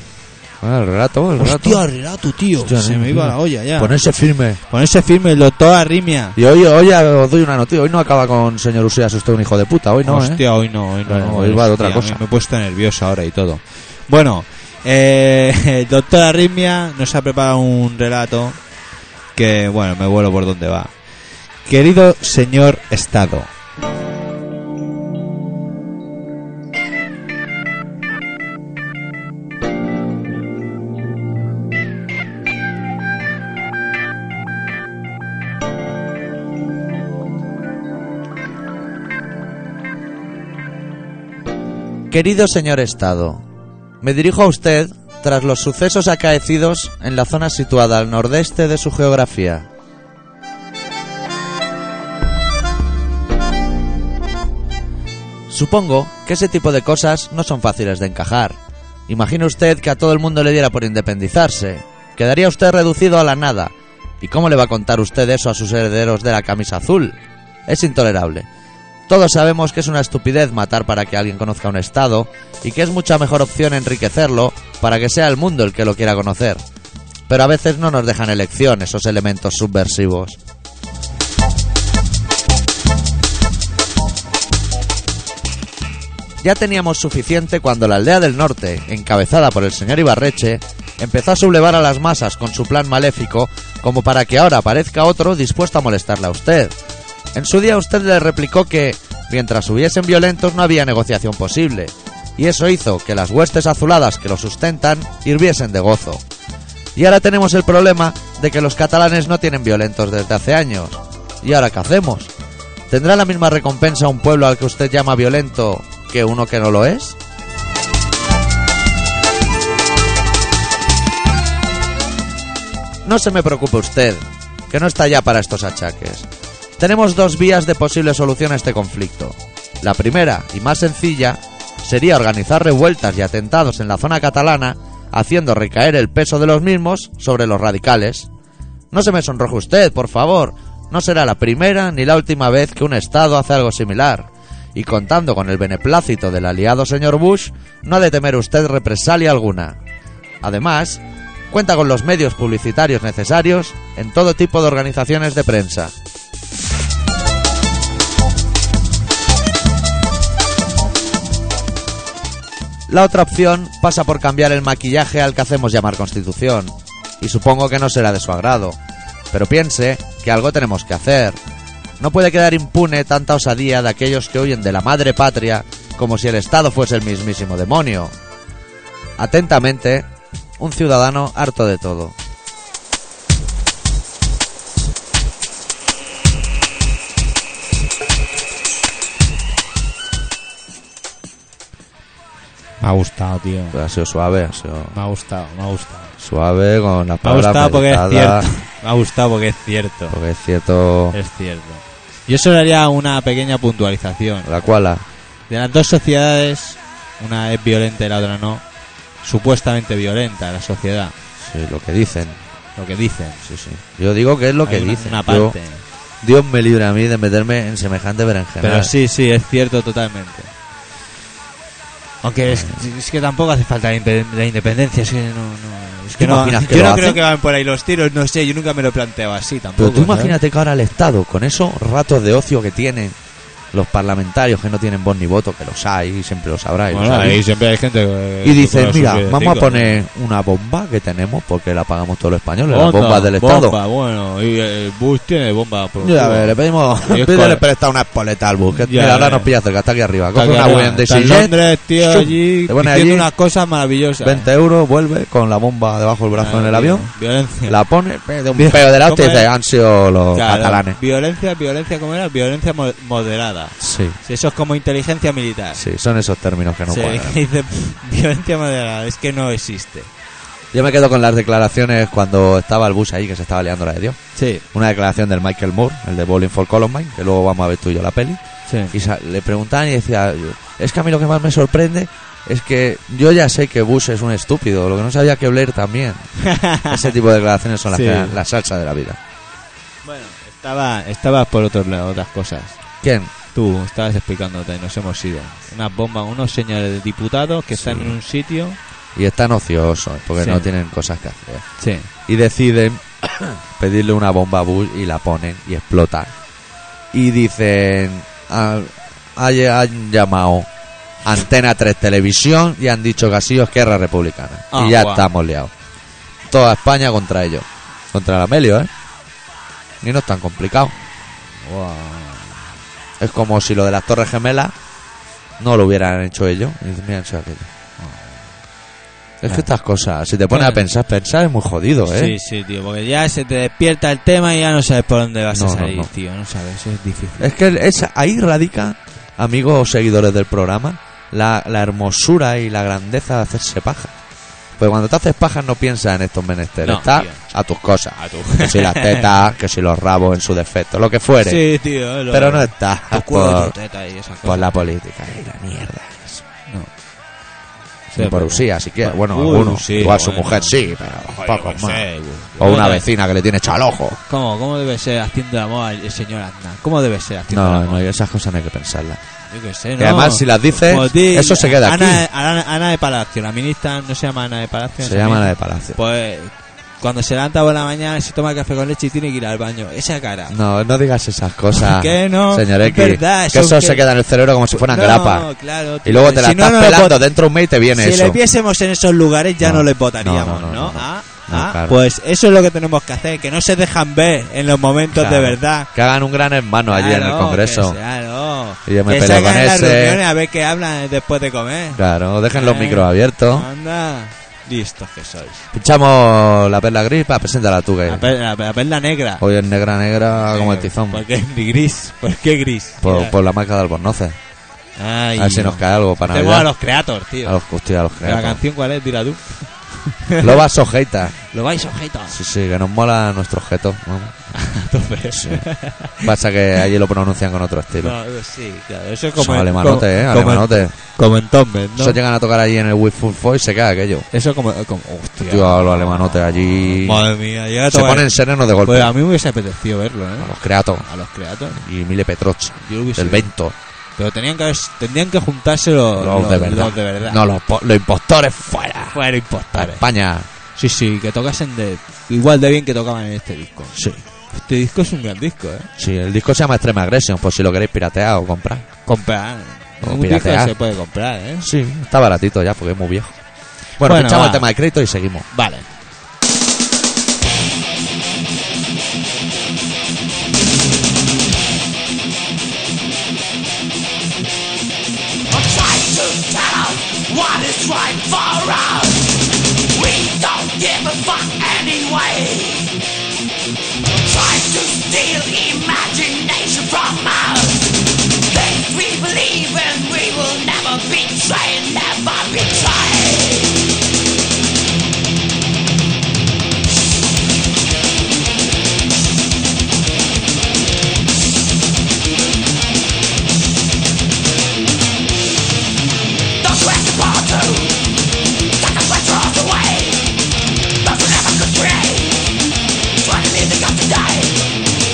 [SPEAKER 1] Ah, el rato, el
[SPEAKER 2] Hostia,
[SPEAKER 1] rato.
[SPEAKER 2] relato, tío.
[SPEAKER 1] Hostia,
[SPEAKER 2] se
[SPEAKER 1] nene,
[SPEAKER 2] me iba
[SPEAKER 1] tío.
[SPEAKER 2] la olla ya.
[SPEAKER 1] Ponerse firme.
[SPEAKER 2] Ponerse firme el doctor Arrimia.
[SPEAKER 1] Y hoy, hoy os doy una noticia. Hoy no acaba con señor Usías, usted un hijo de puta. Hoy no, ¿eh?
[SPEAKER 2] Hostia, hoy no, hoy no.
[SPEAKER 1] Bueno,
[SPEAKER 2] no,
[SPEAKER 1] hoy va de otra
[SPEAKER 2] hostia,
[SPEAKER 1] cosa.
[SPEAKER 2] Me he puesto nervioso ahora y todo. Bueno, eh, <laughs> el doctor Arritmia nos ha preparado un relato que, bueno, me vuelo por donde va. Querido señor Estado.
[SPEAKER 1] Querido señor Estado, me dirijo a usted tras los sucesos acaecidos en la zona situada al nordeste de su geografía. Supongo que ese tipo de cosas no son fáciles de encajar. Imagine usted que a todo el mundo le diera por independizarse. Quedaría usted reducido a la nada. ¿Y cómo le va a contar usted eso a sus herederos de la camisa azul? Es intolerable. Todos sabemos que es una estupidez matar para que alguien conozca un estado y que es mucha mejor opción enriquecerlo para que sea el mundo el que lo quiera conocer. Pero a veces no nos dejan elección esos elementos subversivos. Ya teníamos suficiente cuando la aldea del norte, encabezada por el señor Ibarreche, empezó a sublevar a las masas con su plan maléfico como para que ahora aparezca otro dispuesto a molestarle a usted. En su día usted le replicó que, mientras hubiesen violentos, no había negociación posible, y eso hizo que las huestes azuladas que lo sustentan hirviesen de gozo. Y ahora tenemos el problema de que los catalanes no tienen violentos desde hace años. ¿Y ahora qué hacemos? ¿Tendrá la misma recompensa un pueblo al que usted llama violento que uno que no lo es? No se me preocupe usted, que no está ya para estos achaques. Tenemos dos vías de posible solución a este conflicto. La primera, y más sencilla, sería organizar revueltas y atentados en la zona catalana, haciendo recaer el peso de los mismos sobre los radicales. No se me sonroje usted, por favor. No será la primera ni la última vez que un Estado hace algo similar. Y contando con el beneplácito del aliado señor Bush, no ha de temer usted represalia alguna. Además, cuenta con los medios publicitarios necesarios en todo tipo de organizaciones de prensa. La otra opción pasa por cambiar el maquillaje al que hacemos llamar Constitución, y supongo que no será de su agrado, pero piense que algo tenemos que hacer. No puede quedar impune tanta osadía de aquellos que huyen de la madre patria como si el Estado fuese el mismísimo demonio. Atentamente, un ciudadano harto de todo.
[SPEAKER 2] Me ha gustado, tío.
[SPEAKER 1] ha sido suave, ha sido
[SPEAKER 2] Me ha gustado, me ha gustado.
[SPEAKER 1] suave con las
[SPEAKER 2] Me ha gustado
[SPEAKER 1] palabras
[SPEAKER 2] porque es
[SPEAKER 1] meditadas,
[SPEAKER 2] cierto. <laughs> Me ha gustado porque es cierto.
[SPEAKER 1] porque es cierto.
[SPEAKER 2] Es cierto. Yo solo haría una pequeña puntualización.
[SPEAKER 1] La cual,
[SPEAKER 2] De las dos sociedades, una es violenta y la otra no. Supuestamente violenta la sociedad,
[SPEAKER 1] sí, lo que dicen.
[SPEAKER 2] lo que dicen.
[SPEAKER 1] Sí, sí. Yo digo que es lo
[SPEAKER 2] Hay
[SPEAKER 1] que
[SPEAKER 2] una-
[SPEAKER 1] dicen.
[SPEAKER 2] Una
[SPEAKER 1] Yo-
[SPEAKER 2] parte.
[SPEAKER 1] Dios me libre a mí de meterme en semejante berenjena. ¿eh?
[SPEAKER 2] Pero sí, sí, es cierto totalmente. Aunque es, es que tampoco hace falta la inpe- la independencia, es que no... no- es que
[SPEAKER 1] ¿Tú
[SPEAKER 2] no-
[SPEAKER 1] imaginas que
[SPEAKER 2] yo
[SPEAKER 1] lo
[SPEAKER 2] no
[SPEAKER 1] hacen?
[SPEAKER 2] creo que van por ahí los tiros, no sé, yo nunca me lo planteo así tampoco.
[SPEAKER 1] Pero tú
[SPEAKER 2] ¿sabes?
[SPEAKER 1] imagínate que ahora el Estado, con esos ratos de ocio que tiene, los parlamentarios que no tienen voz ni voto, que los hay y siempre los habrá. Y, los
[SPEAKER 2] Bueno,
[SPEAKER 1] hay.
[SPEAKER 2] ahí siempre hay gente que-
[SPEAKER 1] Y
[SPEAKER 2] que
[SPEAKER 1] dicen,
[SPEAKER 2] cobra
[SPEAKER 1] mira,
[SPEAKER 2] sus
[SPEAKER 1] vamos a
[SPEAKER 2] sueldecitos".
[SPEAKER 1] poner una bomba que tenemos porque la pagamos todos los españoles, las
[SPEAKER 2] Onda,
[SPEAKER 1] bombas del Estado.
[SPEAKER 2] Bomba, bueno, y eh, Bush tiene bomba por un
[SPEAKER 1] Ya
[SPEAKER 2] tubo.
[SPEAKER 1] ves, le pedimos,
[SPEAKER 2] Y
[SPEAKER 1] <laughs>
[SPEAKER 2] es
[SPEAKER 1] pídele
[SPEAKER 2] cual-
[SPEAKER 1] prestar una espoleta al bus, que
[SPEAKER 2] Ya
[SPEAKER 1] mira, ahora
[SPEAKER 2] ves.
[SPEAKER 1] nos pilla cerca, está aquí arriba.
[SPEAKER 2] Está
[SPEAKER 1] Coge una
[SPEAKER 2] que-
[SPEAKER 1] William
[SPEAKER 2] está en
[SPEAKER 1] Daisy Jet,
[SPEAKER 2] Londres, tío,
[SPEAKER 1] shum,
[SPEAKER 2] allí
[SPEAKER 1] te pone
[SPEAKER 2] diciendo
[SPEAKER 1] allí,
[SPEAKER 2] unas cosas maravillosas.
[SPEAKER 1] 20 euros, vuelve con la bomba debajo del brazo en el
[SPEAKER 2] Ah,
[SPEAKER 1] avión,
[SPEAKER 2] Violencia.
[SPEAKER 1] la
[SPEAKER 2] <laughs>
[SPEAKER 1] pone, de un
[SPEAKER 2] Bien.
[SPEAKER 1] peo del auto y
[SPEAKER 2] ¿Cómo
[SPEAKER 1] dice,
[SPEAKER 2] es?
[SPEAKER 1] han sido los
[SPEAKER 2] Claro,
[SPEAKER 1] catalanes.
[SPEAKER 2] Violencia, violencia, ¿cómo era? Violencia mo- moderada.
[SPEAKER 1] Sí,
[SPEAKER 2] Si eso es como inteligencia militar.
[SPEAKER 1] sí, son esos términos que no
[SPEAKER 2] Sí,
[SPEAKER 1] cuadran.
[SPEAKER 2] <laughs> dice violencia moderada, es que no existe.
[SPEAKER 1] Yo me quedo con las declaraciones cuando estaba el bus ahí, que se estaba liando la de Dios.
[SPEAKER 2] Sí,
[SPEAKER 1] Una declaración del Michael Moore, el de Bowling for Columbine, que luego vamos a ver tú y yo la peli.
[SPEAKER 2] sí.
[SPEAKER 1] Y sa- le preguntaban y decía, es que a mí lo que más me sorprende es que yo ya sé que Bush es un estúpido, lo que no sabía que Blair
[SPEAKER 2] <laughs>
[SPEAKER 1] también. Ese tipo de declaraciones son las
[SPEAKER 2] Sí.
[SPEAKER 1] que dan la salsa de la vida.
[SPEAKER 2] <laughs> Bueno, estaba, estabas por otro lado, otras cosas.
[SPEAKER 1] ¿Quién?
[SPEAKER 2] Tú estabas explicándote, nos hemos ido. Unas bombas, unos señores de diputados que están
[SPEAKER 1] Sí.
[SPEAKER 2] en un sitio.
[SPEAKER 1] Y están ociosos, porque
[SPEAKER 2] Sí.
[SPEAKER 1] no tienen cosas que hacer.
[SPEAKER 2] Sí.
[SPEAKER 1] Y deciden pedirle una bomba a Bush y la ponen y explota. Y dicen, "Ah, ha lle- han llamado Antena 3 Televisión y han dicho que así os guerra republicana.
[SPEAKER 2] Ah,
[SPEAKER 1] y ya
[SPEAKER 2] guau.
[SPEAKER 1] estamos liados. Toda España contra ellos. Contra la Melio, ¿eh? Y no es tan complicado. Es como si lo de las Torres Gemelas no lo hubieran hecho ellos. Y dicen, "Mira, han hecho aquello". Es que estas cosas, si te pones a
[SPEAKER 2] Ah. Bueno.
[SPEAKER 1] pensar, pensar es muy jodido, ¿eh?
[SPEAKER 2] Sí, sí, tío, porque ya se te despierta el tema y ya no sabes por dónde vas
[SPEAKER 1] No,
[SPEAKER 2] a
[SPEAKER 1] no,
[SPEAKER 2] salir,
[SPEAKER 1] no.
[SPEAKER 2] tío. No sabes, eso es difícil.
[SPEAKER 1] Es que es, ahí radica, amigos o seguidores del programa, la, la hermosura y la grandeza de hacerse paja. Pues cuando te haces pajas no piensas en estos menesteres,
[SPEAKER 2] No,
[SPEAKER 1] estás
[SPEAKER 2] tío.
[SPEAKER 1] a tus cosas.
[SPEAKER 2] A tu-
[SPEAKER 1] Que si las
[SPEAKER 2] <laughs>
[SPEAKER 1] tetas, que si los rabos en su defecto, lo que fuere.
[SPEAKER 2] Sí, tío. lo-
[SPEAKER 1] pero no estás
[SPEAKER 2] Tu culo,
[SPEAKER 1] por,
[SPEAKER 2] tu teta y esas
[SPEAKER 1] por
[SPEAKER 2] cosas.
[SPEAKER 1] la política y la mierda. eso.
[SPEAKER 2] Sí,
[SPEAKER 1] Ni por
[SPEAKER 2] pero-
[SPEAKER 1] Usía siquiera. Bueno,
[SPEAKER 2] Uy,
[SPEAKER 1] algunos.
[SPEAKER 2] Usía,
[SPEAKER 1] Igual su
[SPEAKER 2] bueno.
[SPEAKER 1] mujer sí, pero
[SPEAKER 2] Joder, yo
[SPEAKER 1] pocos
[SPEAKER 2] qué
[SPEAKER 1] más.
[SPEAKER 2] sé, güey.
[SPEAKER 1] O una
[SPEAKER 2] Joder,
[SPEAKER 1] vecina que le tiene hecho al ojo.
[SPEAKER 2] ¿Cómo, ¿Cómo debe ser haciendo el amor el señor Aznar? ¿Cómo debe ser haciendo el
[SPEAKER 1] No,
[SPEAKER 2] amor?
[SPEAKER 1] no, esas cosas no hay que pensarlas.
[SPEAKER 2] Yo qué sé,
[SPEAKER 1] Que
[SPEAKER 2] ¿no?
[SPEAKER 1] además, si las dices,
[SPEAKER 2] Como ti,
[SPEAKER 1] eso se queda
[SPEAKER 2] Ana,
[SPEAKER 1] aquí.
[SPEAKER 2] Ana, Ana de Palacio, la ministra no se llama Ana de Palacio.
[SPEAKER 1] Se
[SPEAKER 2] no
[SPEAKER 1] llama la
[SPEAKER 2] ministra.
[SPEAKER 1] de Palacio.
[SPEAKER 2] Pues cuando se levanta por la mañana, se toma café con leche y tiene que ir al baño. Esa cara.
[SPEAKER 1] No, no digas esas cosas.
[SPEAKER 2] Que no,
[SPEAKER 1] Señor
[SPEAKER 2] es
[SPEAKER 1] X.
[SPEAKER 2] verdad,
[SPEAKER 1] que
[SPEAKER 2] eso
[SPEAKER 1] eso
[SPEAKER 2] que-
[SPEAKER 1] se queda en el cerebro como si fueran
[SPEAKER 2] no,
[SPEAKER 1] grapas.
[SPEAKER 2] claro.
[SPEAKER 1] Y
[SPEAKER 2] tío.
[SPEAKER 1] luego te la
[SPEAKER 2] Si no,
[SPEAKER 1] estás
[SPEAKER 2] no le
[SPEAKER 1] pelando
[SPEAKER 2] vot-
[SPEAKER 1] dentro de un mes y te viene
[SPEAKER 2] Si
[SPEAKER 1] eso.
[SPEAKER 2] le viésemos en esos lugares ya
[SPEAKER 1] No,
[SPEAKER 2] no, les votaríamos,
[SPEAKER 1] no,
[SPEAKER 2] ¿no?
[SPEAKER 1] no, no, no,
[SPEAKER 2] Ah,
[SPEAKER 1] no,
[SPEAKER 2] ah,
[SPEAKER 1] claro.
[SPEAKER 2] Pues eso es lo que tenemos que hacer, que no se dejan ver en los momentos
[SPEAKER 1] Claro.
[SPEAKER 2] de verdad.
[SPEAKER 1] Que hagan un gran hermano allí en el
[SPEAKER 2] Claro,
[SPEAKER 1] Congreso.
[SPEAKER 2] Ah, que Claro.
[SPEAKER 1] Y yo me
[SPEAKER 2] que
[SPEAKER 1] peleo
[SPEAKER 2] salgan
[SPEAKER 1] con
[SPEAKER 2] en las
[SPEAKER 1] ese.
[SPEAKER 2] reuniones a ver qué hablan después de comer.
[SPEAKER 1] Claro, dejen los
[SPEAKER 2] Eh.
[SPEAKER 1] micros abiertos.
[SPEAKER 2] Anda, listos que sois.
[SPEAKER 1] Pinchamos la perla gris para presentarla tú que
[SPEAKER 2] La, per- la- la perla negra.
[SPEAKER 1] hoy es negra negra como el tizón.
[SPEAKER 2] ¿Por qué gris? ¿Por qué gris?
[SPEAKER 1] Por,
[SPEAKER 2] Mira.
[SPEAKER 1] por la marca de Albornoces.
[SPEAKER 2] Ay,
[SPEAKER 1] A ver si nos cae algo para
[SPEAKER 2] Tenemos a
[SPEAKER 1] Navidad.
[SPEAKER 2] los creators, tío.
[SPEAKER 1] A los hostia, a los
[SPEAKER 2] ¿La
[SPEAKER 1] creados.
[SPEAKER 2] canción cuál es? Dila tú.
[SPEAKER 1] Lobas ojeitas.
[SPEAKER 2] Lo vais objetos.
[SPEAKER 1] <laughs> Sí, sí, que nos mola nuestro objeto. vamos.
[SPEAKER 2] A <laughs> tope.
[SPEAKER 1] Sí. Pasa que allí lo pronuncian con otro estilo.
[SPEAKER 2] No, eh, sí, claro. Eso es
[SPEAKER 1] Son
[SPEAKER 2] como. en-
[SPEAKER 1] alemanotes, eh,
[SPEAKER 2] como, como,
[SPEAKER 1] alemanotes.
[SPEAKER 2] en- como en Tombe, ¿no?
[SPEAKER 1] Eso llegan a tocar allí en el With Full Four y se queda aquello.
[SPEAKER 2] Eso como, como. Hostia.
[SPEAKER 1] Tío, los alemanotes allí.
[SPEAKER 2] Madre mía, llega a
[SPEAKER 1] se
[SPEAKER 2] tomar-
[SPEAKER 1] ponen serenos de golpe.
[SPEAKER 2] Pues a mí me hubiese apetecido verlo,
[SPEAKER 1] A
[SPEAKER 2] ¿eh?
[SPEAKER 1] los creatos.
[SPEAKER 2] A los creators.
[SPEAKER 1] Y Mile Petroch.
[SPEAKER 2] Yo lo hubiese
[SPEAKER 1] El
[SPEAKER 2] visto.
[SPEAKER 1] Vento.
[SPEAKER 2] Pero tenían que, haber- tendrían que juntarse los,
[SPEAKER 1] Los, de verdad.
[SPEAKER 2] Los de verdad.
[SPEAKER 1] No, los, po- los impostores fuera.
[SPEAKER 2] Fuera
[SPEAKER 1] A
[SPEAKER 2] impostores.
[SPEAKER 1] España.
[SPEAKER 2] Sí, sí, que tocasen de igual de bien que tocaban en este disco.
[SPEAKER 1] Sí.
[SPEAKER 2] Este disco es un gran disco, ¿eh?
[SPEAKER 1] Sí, el disco se llama Extreme Aggression, por si lo queréis piratear o comprar.
[SPEAKER 2] Comprar.
[SPEAKER 1] O
[SPEAKER 2] Un
[SPEAKER 1] piratear.
[SPEAKER 2] disco se puede comprar, ¿eh?
[SPEAKER 1] Sí, está baratito ya porque es muy viejo. Bueno,
[SPEAKER 2] Bueno,
[SPEAKER 1] pinchamos
[SPEAKER 2] va.
[SPEAKER 1] el tema de crédito y seguimos.
[SPEAKER 2] Vale.
[SPEAKER 5] I try to tell what is right for us. We don't give a fuck anyway. Try to steal imagination from us. Things we believe in, we will never betray, never betray. Those who act upon to Take a sweat draws away Those who never could create Try to leave the guts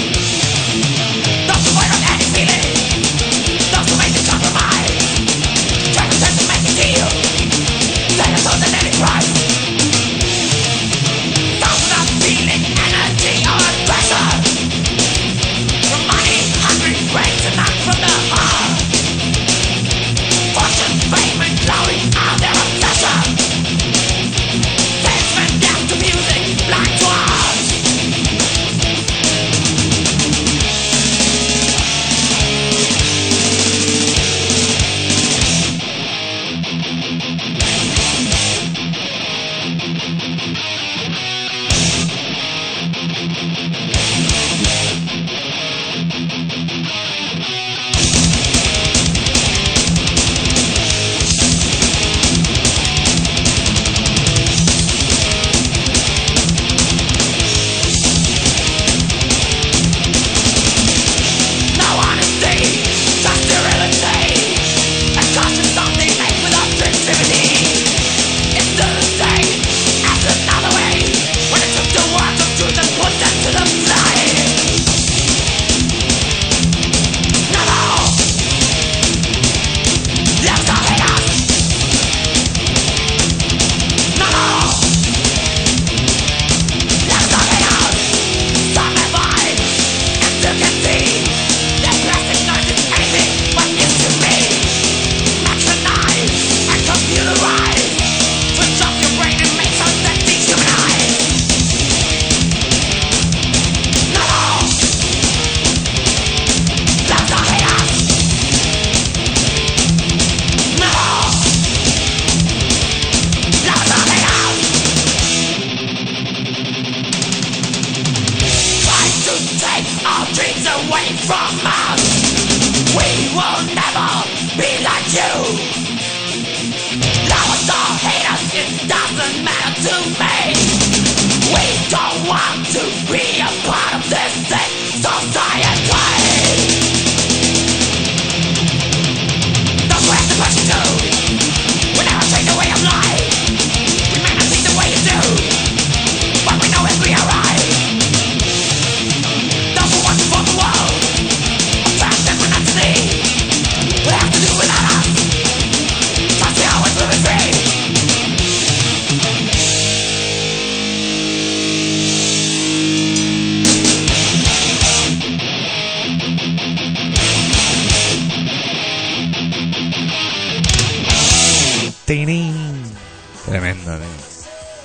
[SPEAKER 5] No honesty, subterraneity, and caution something made with objectivity. It's the same as another way. When it took the words of truth and put them to the flame. No, no, that's not enough. No, no, that's not enough. Stop it, boy. As you can see, that plastic knife is anything but new to me. Machinize and computerize. Switch off your brain and make something that dehumanize. No, no, that's not enough. No, that's not enough. try to take our dreams away from us. We will never be like you. Love us or hate us, it doesn't matter to me. We don't want to be a part of this sick society. That's what the question to. We never change the way of life. We may not see the way you do, but we know it'll be alright. That's what you fuck world. I'm trapped in what I see. What have to do without us? Trust me, always living free.
[SPEAKER 2] Tremendo,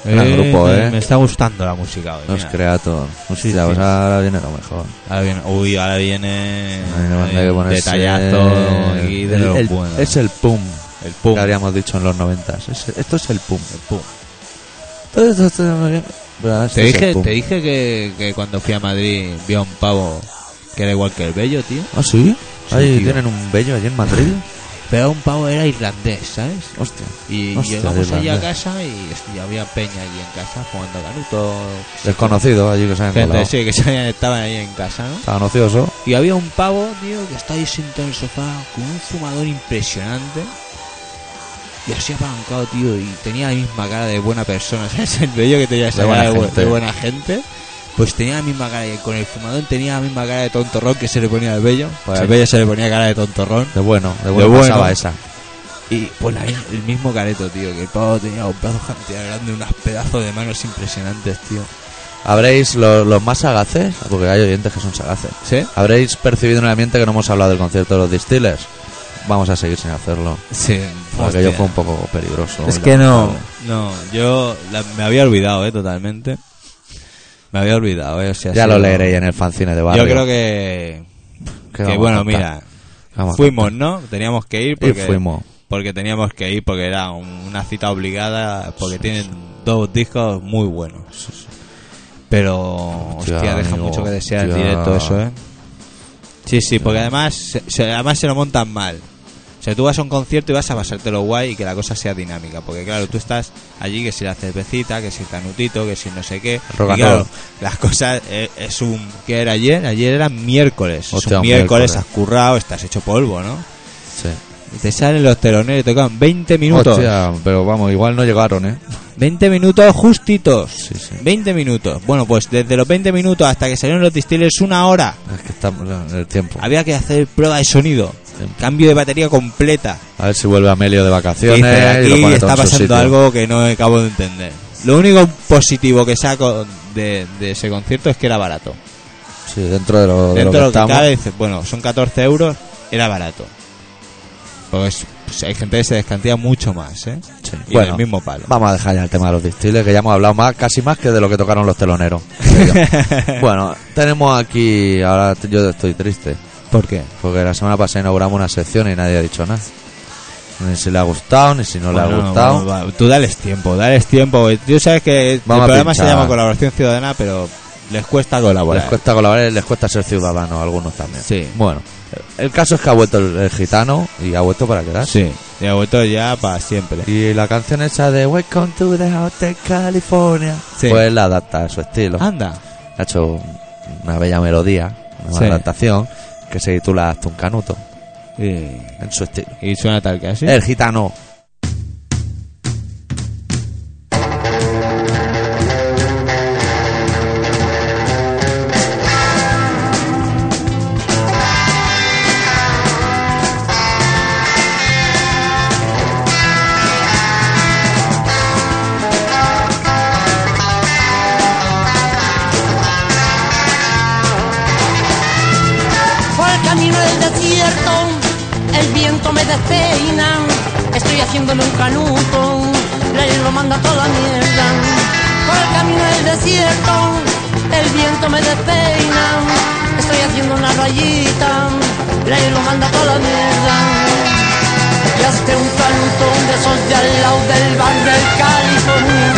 [SPEAKER 1] Gran grupo, eh.
[SPEAKER 2] Me está gustando la música hoy.
[SPEAKER 1] Los
[SPEAKER 2] mira.
[SPEAKER 1] Creator. Hostia,
[SPEAKER 2] Sí, sí.
[SPEAKER 1] pues ahora viene lo mejor.
[SPEAKER 2] Ahora viene, uy, ahora viene.
[SPEAKER 1] Ahí no
[SPEAKER 2] hay
[SPEAKER 1] hay que
[SPEAKER 2] un
[SPEAKER 1] ponerse-
[SPEAKER 2] detallazo aquí de
[SPEAKER 1] el-
[SPEAKER 2] lo
[SPEAKER 1] el-
[SPEAKER 2] bueno.
[SPEAKER 1] Es el pum.
[SPEAKER 2] El pum.
[SPEAKER 1] Que habríamos dicho en los noventas. Es- esto es el pum.
[SPEAKER 2] El pum.
[SPEAKER 1] Todo esto está muy bien, pero esto
[SPEAKER 2] Te
[SPEAKER 1] es el
[SPEAKER 2] dije,
[SPEAKER 1] pum.
[SPEAKER 2] te dije que, que cuando fui a Madrid vi a un pavo que era igual que el bello, tío.
[SPEAKER 1] ¿Ah, sí?
[SPEAKER 2] Sí,
[SPEAKER 1] Ahí
[SPEAKER 2] tío.
[SPEAKER 1] tienen un bello allí en Madrid.
[SPEAKER 2] Pero un pavo era irlandés, ¿sabes?
[SPEAKER 1] Hostia.
[SPEAKER 2] Y
[SPEAKER 1] Hostia,
[SPEAKER 2] llegamos allí a
[SPEAKER 1] irlandés.
[SPEAKER 2] casa y, hostia, había peña allí en casa jugando canuto.
[SPEAKER 1] Desconocido allí que se han colado.
[SPEAKER 2] Gente, sí, que <laughs> se- estaban ahí en casa, ¿no?
[SPEAKER 1] Estaban ociosos.
[SPEAKER 2] Y había un pavo, tío, que estaba ahí sentado en el sofá con un fumador impresionante. Y así apalancado, tío, y tenía la misma cara de buena persona, <laughs> ¿sabes? El bello que tenía esa
[SPEAKER 1] De buena
[SPEAKER 2] cara de, bu-
[SPEAKER 1] gente.
[SPEAKER 2] de buena gente. Pues tenía la misma cara, y con el fumador tenía la misma cara de tontorrón que se le ponía al bello. Pues al
[SPEAKER 1] Sí.
[SPEAKER 2] bello se le ponía cara de tontorrón.
[SPEAKER 1] De bueno, de bueno,
[SPEAKER 2] bueno.
[SPEAKER 1] pasaba esa.
[SPEAKER 2] Y pues la mi- el mismo careto, tío, que el pavo tenía los brazos cantidad grande, unos pedazos de manos impresionantes, tío.
[SPEAKER 1] Habréis, lo- los más sagaces, porque hay oyentes que son sagaces,
[SPEAKER 2] ¿Sí?
[SPEAKER 1] habréis percibido en el ambiente que no hemos hablado del concierto de los Distillers. Vamos a seguir sin hacerlo.
[SPEAKER 2] Sí.
[SPEAKER 1] Porque
[SPEAKER 2] hostia.
[SPEAKER 1] ello fue un poco peligroso.
[SPEAKER 2] Es
[SPEAKER 1] y
[SPEAKER 2] que no,
[SPEAKER 1] lamentable.
[SPEAKER 2] no, yo la- me había olvidado, eh, totalmente. Me había olvidado, eh, o sea, ha
[SPEAKER 1] Ya
[SPEAKER 2] sido-
[SPEAKER 1] lo leeré en el fanzine de barrio.
[SPEAKER 2] Yo creo que,
[SPEAKER 1] ¿Qué
[SPEAKER 2] que
[SPEAKER 1] vamos a
[SPEAKER 2] bueno,
[SPEAKER 1] contar?
[SPEAKER 2] mira,
[SPEAKER 1] ¿Qué vamos a <laughs>
[SPEAKER 2] fuimos, ¿no? Teníamos que ir
[SPEAKER 1] contar?
[SPEAKER 2] porque,
[SPEAKER 1] Y fuimos.
[SPEAKER 2] porque teníamos que ir porque era un- una cita obligada, porque tienen dos discos muy buenos. Pero,
[SPEAKER 1] Hostia,
[SPEAKER 2] hostia, deja
[SPEAKER 1] amigo,
[SPEAKER 2] mucho que desear
[SPEAKER 1] hostia.
[SPEAKER 2] en directo eso, eh. Sí, sí, porque además se, se- además se lo montan mal. O sea, tú vas a un concierto y vas a pasártelo guay y que la cosa sea dinámica. Porque claro, tú estás allí que si la cervecita, que si el canutito, que si no sé qué.
[SPEAKER 1] Rock
[SPEAKER 2] y
[SPEAKER 1] and
[SPEAKER 2] claro,
[SPEAKER 1] roll.
[SPEAKER 2] las cosas eh, es un... ¿Qué era ayer? Ayer era miércoles. Es un
[SPEAKER 1] Hostia, un
[SPEAKER 2] miércoles,
[SPEAKER 1] miércoles.
[SPEAKER 2] has currado, estás hecho polvo, ¿no?
[SPEAKER 1] Sí.
[SPEAKER 2] Y te salen los teloneros y te tocan 20 minutos.
[SPEAKER 1] Hostia, pero vamos, igual no llegaron, ¿eh?
[SPEAKER 2] 20 minutos justitos.
[SPEAKER 1] Sí, sí.
[SPEAKER 2] 20 minutos. Bueno, pues desde los 20 minutos hasta que salieron los distiles una hora.
[SPEAKER 1] Es que estamos en el tiempo.
[SPEAKER 2] Había que hacer prueba de sonido.
[SPEAKER 1] Tiempo.
[SPEAKER 2] Cambio de batería completa.
[SPEAKER 1] A ver si vuelve Amelio de
[SPEAKER 2] Y dice,
[SPEAKER 1] vacaciones. y lo pone
[SPEAKER 2] aquí
[SPEAKER 1] todo
[SPEAKER 2] está
[SPEAKER 1] en su
[SPEAKER 2] pasando
[SPEAKER 1] sitio.
[SPEAKER 2] algo que no acabo de entender. Lo único positivo que saco de, de ese concierto es que era barato.
[SPEAKER 1] Sí, dentro de lo, de Pues lo
[SPEAKER 2] Dentro de lo que
[SPEAKER 1] estamos.
[SPEAKER 2] cabe, dices, bueno, son 14 euros, era barato. Pues, pues hay gente que se descantía mucho más, ¿eh?
[SPEAKER 1] Sí.
[SPEAKER 2] Y
[SPEAKER 1] Bueno,
[SPEAKER 2] del mismo palo.
[SPEAKER 1] Vamos a dejar ya el tema de los distiles, que ya hemos hablado más, casi más que de lo que tocaron los
[SPEAKER 2] <laughs>
[SPEAKER 1] teloneros. creo yo. <laughs> bueno, tenemos aquí, ahora t- yo estoy triste,
[SPEAKER 2] ¿Por qué?
[SPEAKER 1] porque la semana pasada inauguramos una sección y nadie ha dicho nada. Ni si le ha gustado, ni si no le
[SPEAKER 2] Bueno,
[SPEAKER 1] ha gustado.
[SPEAKER 2] va, va, tú dales tiempo, dales tiempo. Yo sabes que
[SPEAKER 1] Vamos a
[SPEAKER 2] el programa se
[SPEAKER 1] pinchar.
[SPEAKER 2] llama Colaboración Ciudadana, pero Les cuesta colaborar.
[SPEAKER 1] Les cuesta colaborar, y les cuesta ser ciudadanos, a algunos también.
[SPEAKER 2] Sí.
[SPEAKER 1] Bueno, el caso es que ha vuelto el, el gitano y ha vuelto para quedar.
[SPEAKER 2] Sí. Y ha vuelto ya para siempre.
[SPEAKER 1] Y la canción esa de Welcome to the Hotel California,
[SPEAKER 2] Sí.
[SPEAKER 1] pues la adapta a su estilo.
[SPEAKER 2] Anda.
[SPEAKER 1] Ha hecho una bella melodía, una
[SPEAKER 2] Sí.
[SPEAKER 1] adaptación que se titula Hasta un canuto,
[SPEAKER 2] Y,
[SPEAKER 1] en su estilo.
[SPEAKER 2] y suena tal que así.
[SPEAKER 1] El gitano.
[SPEAKER 6] Por el camino del desierto, el viento me despeina. Estoy haciéndole un canuto, le lo manda toda la mierda. Por el camino del desierto, el viento me despeina. Estoy haciendo una rayita, le lo manda toda la mierda. Y hazte un cantón de esos de al lado del bar del California.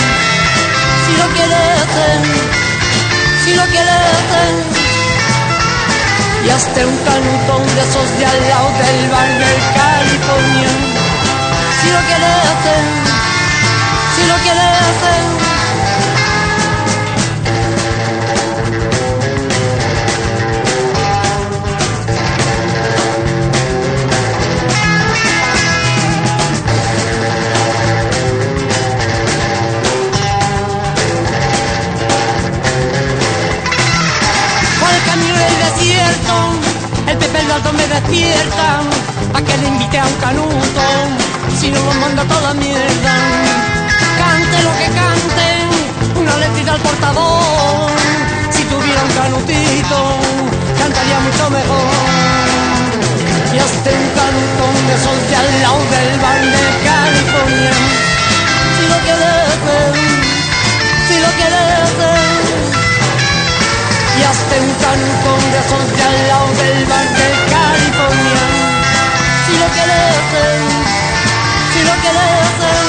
[SPEAKER 6] Si lo quieres, hacer, si lo quieres. hacer. Y hazte un cantón de esos de al lado del bar del California. Si lo quieres, hacer, si lo quieres. hacer. Por el camino del desierto, el Pepe el Dalton me despierta, pa' que le invite a un canuto, si no lo manda toda la mierda. Cante lo que cante, una letrita al portador, si tuviera un canutito, cantaría mucho mejor. Y hazte un canutón de sol de al lado del bar de California, si lo quieres hacer, si lo quieres hacer. Y hazte un cantón de esos de al lado del bar del California Si lo quieres hacer, si lo quieres hacer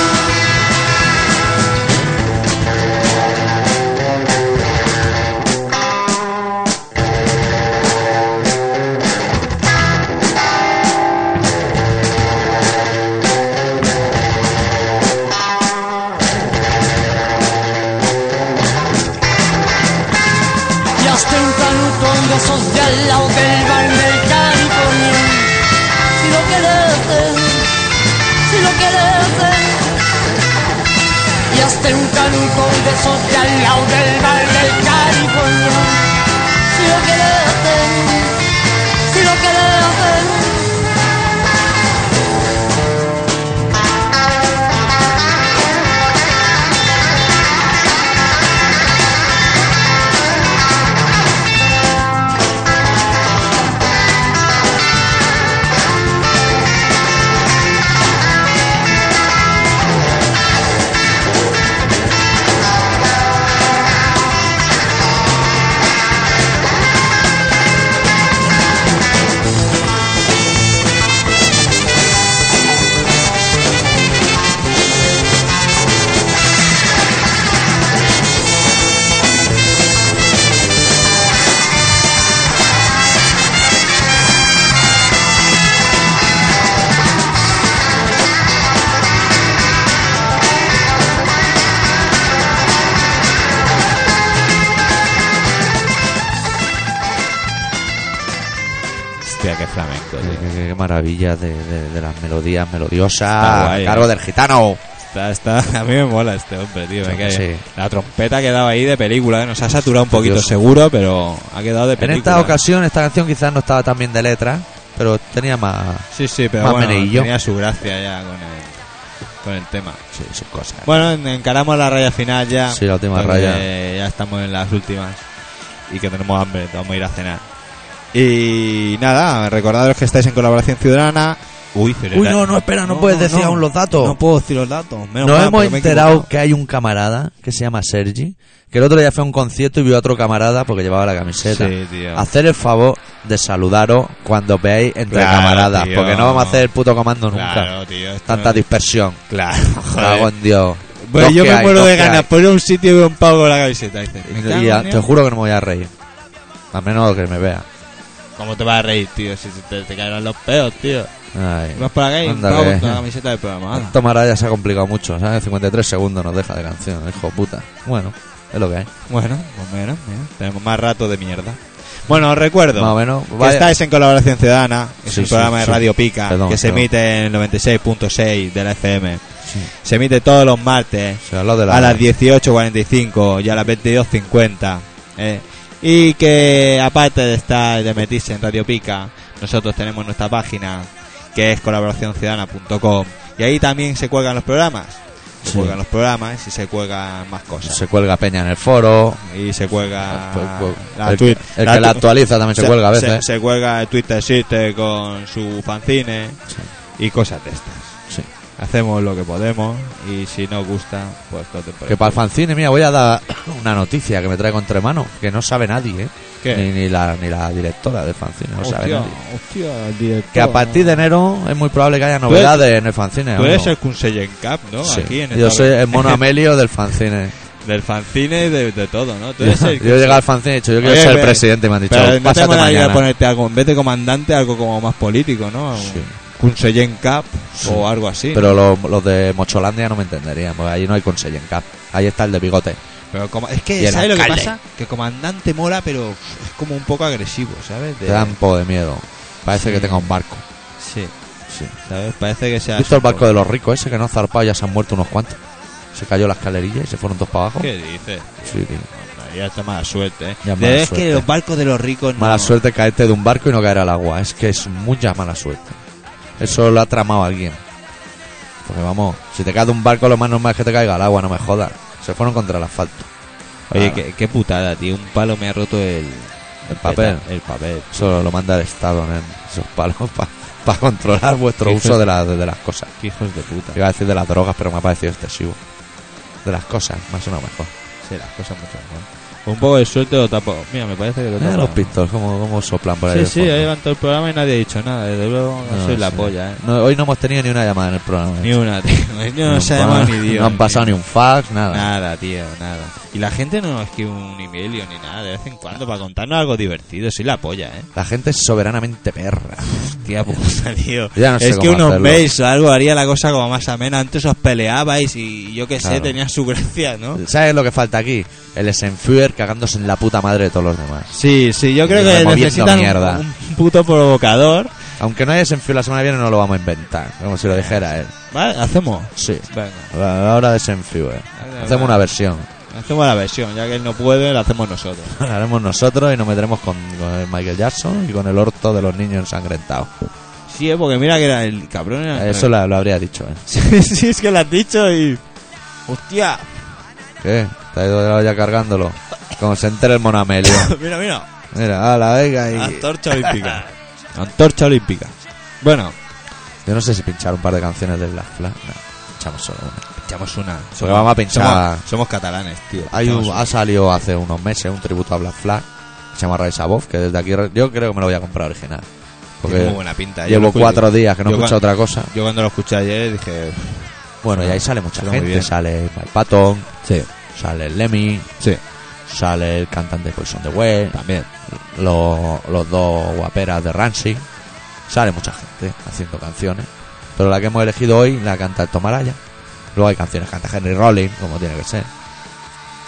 [SPEAKER 6] Y hazte un canutón de esos de al lado del bar del California Si lo quieres hacer, si lo quieres hacer Y hazte un canutón de esos de al lado del bar del California Si lo quieres hacer, si lo quieres hacer
[SPEAKER 2] Hostia, qué flamenco,
[SPEAKER 1] Qué,
[SPEAKER 2] tío.
[SPEAKER 1] qué- qué maravilla de, de- de las melodías melodiosas
[SPEAKER 2] Está guay,
[SPEAKER 1] a cargo
[SPEAKER 2] eh.
[SPEAKER 1] del gitano.
[SPEAKER 2] Está, está- <laughs> a mí me mola este hombre, tío. me
[SPEAKER 1] Sí,
[SPEAKER 2] cae
[SPEAKER 1] sí.
[SPEAKER 2] bien. La trompeta que daba ahí de película, eh, nos ha saturado un poquito
[SPEAKER 1] Dios.
[SPEAKER 2] seguro, pero ha quedado de
[SPEAKER 1] En
[SPEAKER 2] película.
[SPEAKER 1] esta ocasión, esta canción quizás no estaba tan bien de letra, pero tenía más.
[SPEAKER 2] Sí, sí, pero
[SPEAKER 1] Más
[SPEAKER 2] bueno,
[SPEAKER 1] meneillo.
[SPEAKER 2] tenía su gracia ya con el, con el tema.
[SPEAKER 1] Sí, sus cosas.
[SPEAKER 2] Bueno, en- encaramos la raya final ya.
[SPEAKER 1] Sí, la última
[SPEAKER 2] porque
[SPEAKER 1] raya.
[SPEAKER 2] Ya estamos en las últimas. Y que tenemos hambre, vamos a ir a cenar. Y nada, recordaros que estáis en colaboración ciudadana. Uy,
[SPEAKER 1] Uy, no, no, espera, no, puedes decir aún los datos.
[SPEAKER 2] No puedo decir los datos. menos
[SPEAKER 1] Nos
[SPEAKER 2] mal,
[SPEAKER 1] hemos
[SPEAKER 2] porque me he
[SPEAKER 1] enterado
[SPEAKER 2] equivocado.
[SPEAKER 1] que hay un camarada que se llama Sergi, que el otro día fue a un concierto y vio a otro camarada porque llevaba la camiseta.
[SPEAKER 2] Sí, tío.
[SPEAKER 1] Hacer el favor de saludaros cuando os veáis entre
[SPEAKER 2] Claro,
[SPEAKER 1] camaradas,
[SPEAKER 2] tío.
[SPEAKER 1] porque no vamos a hacer el puto comando nunca.
[SPEAKER 2] Claro, tío. esto
[SPEAKER 1] Tanta <laughs>
[SPEAKER 2] no-
[SPEAKER 1] dispersión.
[SPEAKER 2] Claro,
[SPEAKER 1] Cago
[SPEAKER 2] joder.
[SPEAKER 1] en Dios.
[SPEAKER 2] Pues
[SPEAKER 1] Los
[SPEAKER 2] yo
[SPEAKER 1] que
[SPEAKER 2] me
[SPEAKER 1] hay,
[SPEAKER 2] muero
[SPEAKER 1] los
[SPEAKER 2] de
[SPEAKER 1] que
[SPEAKER 2] ganas
[SPEAKER 1] hay.
[SPEAKER 2] por ir a un sitio y veo un pavo con la camiseta. Y dices, me cago
[SPEAKER 1] Y
[SPEAKER 2] en
[SPEAKER 1] ya,
[SPEAKER 2] Dios.
[SPEAKER 1] te juro que no me voy a reír. A menos que me vea.
[SPEAKER 2] ¿Cómo te vas a reír, tío? Si si te, te caerán los peos, tío.
[SPEAKER 1] Ay.
[SPEAKER 2] Vas por acá y un
[SPEAKER 1] Ándale.
[SPEAKER 2] pavo con la camiseta del programa. anda.
[SPEAKER 1] Esto Maraya se ha complicado mucho, ¿sabes? 53 segundos nos deja de canción, hijo puta. Bueno, es lo que hay.
[SPEAKER 2] Bueno, pues menos, mira, Tenemos más rato de mierda. Bueno, os recuerdo.
[SPEAKER 1] Más o menos.
[SPEAKER 2] que
[SPEAKER 1] Vaya-
[SPEAKER 2] estáis en Colaboración Ciudadana, es
[SPEAKER 1] Sí,
[SPEAKER 2] un
[SPEAKER 1] sí,
[SPEAKER 2] programa de
[SPEAKER 1] sí.
[SPEAKER 2] Radio Pica,
[SPEAKER 1] Perdón,
[SPEAKER 2] que se
[SPEAKER 1] perdón.
[SPEAKER 2] emite en el 96.6 de la FM.
[SPEAKER 1] Sí.
[SPEAKER 2] Se emite todos los martes
[SPEAKER 1] Se habló de la...
[SPEAKER 2] a las 18.45 y a las 22.50. eh. Y que aparte de estar de metirse en Radio Pica, nosotros tenemos nuestra página que es colaboracionciudadana.com y ahí también se cuelgan los programas. Se
[SPEAKER 1] Sí.
[SPEAKER 2] cuelgan los programas y se cuelgan más cosas
[SPEAKER 1] Se cuelga Peña en el foro.
[SPEAKER 2] y se cuelga
[SPEAKER 1] Pues, pues,
[SPEAKER 2] Ah, la
[SPEAKER 1] el,
[SPEAKER 2] tweet-
[SPEAKER 1] el que la
[SPEAKER 2] tu-
[SPEAKER 1] actualiza también se, cuelga a veces.
[SPEAKER 2] se, se cuelga el Twitter Sister con su fanzine y cosas de estas
[SPEAKER 1] Sí.
[SPEAKER 2] hacemos lo que podemos y si no gusta pues todo te
[SPEAKER 1] Que para el fanzine, mira, voy a dar <coughs> una noticia que me traigo entre manos, que no sabe nadie, ¿eh?
[SPEAKER 2] ¿Qué?
[SPEAKER 1] Ni, ni la, ni la directora del fanzine, no sabe
[SPEAKER 2] hostia,
[SPEAKER 1] nadie.
[SPEAKER 2] hostia, el director.
[SPEAKER 1] Que a partir de enero es muy probable que haya
[SPEAKER 2] eres-
[SPEAKER 1] novedades en el fanzine.
[SPEAKER 2] tú eres
[SPEAKER 1] amigo.
[SPEAKER 2] el Kunseyen Cup ¿no?
[SPEAKER 1] Sí.
[SPEAKER 2] aquí en
[SPEAKER 1] Yo
[SPEAKER 2] esta-
[SPEAKER 1] soy el
[SPEAKER 2] <laughs>
[SPEAKER 1] mono Amelio del fanzine.
[SPEAKER 2] del fanzine y de, de todo ¿no? tú
[SPEAKER 1] Yo,
[SPEAKER 2] eres el
[SPEAKER 1] yo he llegado al fanzine y he dicho, yo quiero
[SPEAKER 2] Oye,
[SPEAKER 1] ser
[SPEAKER 2] ve-
[SPEAKER 1] presidente y me han dicho,
[SPEAKER 2] pero no te
[SPEAKER 1] pásate
[SPEAKER 2] van a ir a
[SPEAKER 1] mañana.
[SPEAKER 2] ponerte algo en vez de comandante algo como más político ¿no?
[SPEAKER 1] Sí.
[SPEAKER 2] Kunseyen Cup o algo así
[SPEAKER 1] Pero los, los de Mocholandia no me entenderían, porque ahí no hay consejo en cap. Ahí está el de bigote.
[SPEAKER 2] Pero como- es
[SPEAKER 1] Y
[SPEAKER 2] que,
[SPEAKER 1] el
[SPEAKER 2] ¿sabes lo que
[SPEAKER 1] alcalde.
[SPEAKER 2] pasa? Que comandante mola, pero es como un poco agresivo, ¿sabes? De-
[SPEAKER 1] Te da un poco de miedo. Parece
[SPEAKER 2] Sí.
[SPEAKER 1] que tenga un barco.
[SPEAKER 2] Sí,
[SPEAKER 1] Sí.
[SPEAKER 2] ¿sabes? Parece que sea...
[SPEAKER 1] ¿Has visto el barco de los ricos ese que no ha zarpado? Ya se han muerto unos cuantos. Se cayó la escalerilla y se fueron dos para abajo.
[SPEAKER 2] ¿Qué dices?
[SPEAKER 1] Sí, tío.
[SPEAKER 2] Hombre, Ya está mala suerte, ¿eh?
[SPEAKER 1] Ya
[SPEAKER 2] De-
[SPEAKER 1] mala
[SPEAKER 2] es
[SPEAKER 1] suerte.
[SPEAKER 2] que los barcos de los ricos no...
[SPEAKER 1] Mala suerte caerte de un barco y no caer al agua. Es que es mucha mala suerte. Eso lo ha tramado alguien. Porque vamos, si te caes de un barco, lo más normal es que te caiga al agua, no me jodas. Se fueron contra el asfalto.
[SPEAKER 2] Oye,
[SPEAKER 1] Ah,
[SPEAKER 2] qué, qué putada, tío. Un palo me ha roto el...
[SPEAKER 1] El papel.
[SPEAKER 2] El papel.
[SPEAKER 1] Eso lo manda el Estado, nen. Esos palos <laughs> para controlar vuestro
[SPEAKER 2] Qué
[SPEAKER 1] uso de, la- de las cosas.
[SPEAKER 2] Qué hijos de puta.
[SPEAKER 1] Iba a decir de las drogas, pero me ha parecido excesivo. De las cosas, más o menos mejor.
[SPEAKER 2] Sí, las cosas mucho mejor. Un poco de suerte lo tapo. Mira, me parece que lo
[SPEAKER 1] Mira
[SPEAKER 2] tapo.
[SPEAKER 1] Ah, los pistols, cómo, cómo soplan por ahí.
[SPEAKER 2] Sí,
[SPEAKER 1] de
[SPEAKER 2] sí,
[SPEAKER 1] fondo.
[SPEAKER 2] ahí van todo el programa y nadie ha dicho nada. Desde luego no,
[SPEAKER 1] No,
[SPEAKER 2] soy la
[SPEAKER 1] sí.
[SPEAKER 2] polla, ¿eh?
[SPEAKER 1] No, hoy no hemos tenido ni una llamada en el programa. ¿eh?
[SPEAKER 2] Ni una, tío. <laughs> No,
[SPEAKER 1] han
[SPEAKER 2] sabemos
[SPEAKER 1] pa-
[SPEAKER 2] ni Dios.
[SPEAKER 1] No han pasado
[SPEAKER 2] tío.
[SPEAKER 1] ni un fax, nada.
[SPEAKER 2] Nada, tío, nada. Y la gente no escribe un email ni nada de vez en cuando para contarnos algo divertido. Soy la polla, ¿eh?
[SPEAKER 1] La gente es soberanamente perra.
[SPEAKER 2] Hostia puta, tío.
[SPEAKER 1] Ya no sé
[SPEAKER 2] es que
[SPEAKER 1] cómo
[SPEAKER 2] unos
[SPEAKER 1] hacerlo.
[SPEAKER 2] mails o algo haría la cosa como más amena. Antes os peleabais y yo qué sé,
[SPEAKER 1] Claro.
[SPEAKER 2] tenía su gracia, ¿no?
[SPEAKER 1] ¿Sabes lo que falta aquí? El Senfuer cagándose en la puta madre de todos los demás.
[SPEAKER 2] Sí, sí, yo creo
[SPEAKER 1] Y
[SPEAKER 2] que
[SPEAKER 1] removiendo
[SPEAKER 2] necesitan
[SPEAKER 1] mierda.
[SPEAKER 2] un, un puto provocador.
[SPEAKER 1] Aunque no haya Senfuer la semana que viene, no lo vamos a inventar. Como si lo dijera él.
[SPEAKER 2] ¿Vale? Hacemos.
[SPEAKER 1] Sí.
[SPEAKER 2] Venga,
[SPEAKER 1] A la hora de Senfuer. Hacemos una versión.
[SPEAKER 2] hacemos la versión. Ya que él no puede, la hacemos nosotros.
[SPEAKER 1] La <laughs> haremos nosotros y nos meteremos con, con el Michael Jackson y con el orto de los niños ensangrentados.
[SPEAKER 2] <laughs> Sí, eh, porque mira que era el cabrón. Era
[SPEAKER 1] Eso la- lo habría dicho, ¿eh?
[SPEAKER 2] Sí, <laughs> sí, es que lo has dicho y... Hostia, <laughs>
[SPEAKER 1] ¿Qué? Está ido ya cargándolo. Como se entere el
[SPEAKER 2] <laughs>
[SPEAKER 1] monamelio.
[SPEAKER 2] mira, mira.
[SPEAKER 1] Mira, a la vega y...
[SPEAKER 2] Antorcha olímpica. Antorcha olímpica. Bueno,
[SPEAKER 1] <laughs> Yo no sé si pinchar un par de canciones de Black Flag. No, pinchamos solo una.
[SPEAKER 2] echamos una.
[SPEAKER 1] Porque vamos a pinchar...
[SPEAKER 2] Somos, somos catalanes, tío.
[SPEAKER 1] Hay
[SPEAKER 2] Echamos
[SPEAKER 1] un-
[SPEAKER 2] una.
[SPEAKER 1] ha salido hace unos meses un tributo a Black Flag que se llama Rise Above, que desde aquí re- yo creo que me lo voy a comprar original.
[SPEAKER 2] Tiene muy
[SPEAKER 1] Porque
[SPEAKER 2] buena pinta. Yo lo
[SPEAKER 1] llevo
[SPEAKER 2] escuché-
[SPEAKER 1] cuatro días que no
[SPEAKER 2] yo
[SPEAKER 1] escucho
[SPEAKER 2] cuando-
[SPEAKER 1] otra cosa.
[SPEAKER 2] Yo cuando lo escuché ayer dije...
[SPEAKER 1] Bueno, y ahí sale mucha
[SPEAKER 2] suena muy
[SPEAKER 1] gente.
[SPEAKER 2] bien.
[SPEAKER 1] Sale Mike Patton,
[SPEAKER 2] Sí,
[SPEAKER 1] sale el Lemmy,
[SPEAKER 2] sí.
[SPEAKER 1] sale el cantante de Poison the Way,
[SPEAKER 2] También.
[SPEAKER 1] los, los dos guaperas de Ramsey. Sale mucha gente haciendo canciones. Pero la que hemos elegido hoy la canta el Tomaraya. Luego hay canciones que canta Henry Rollins, como tiene que ser.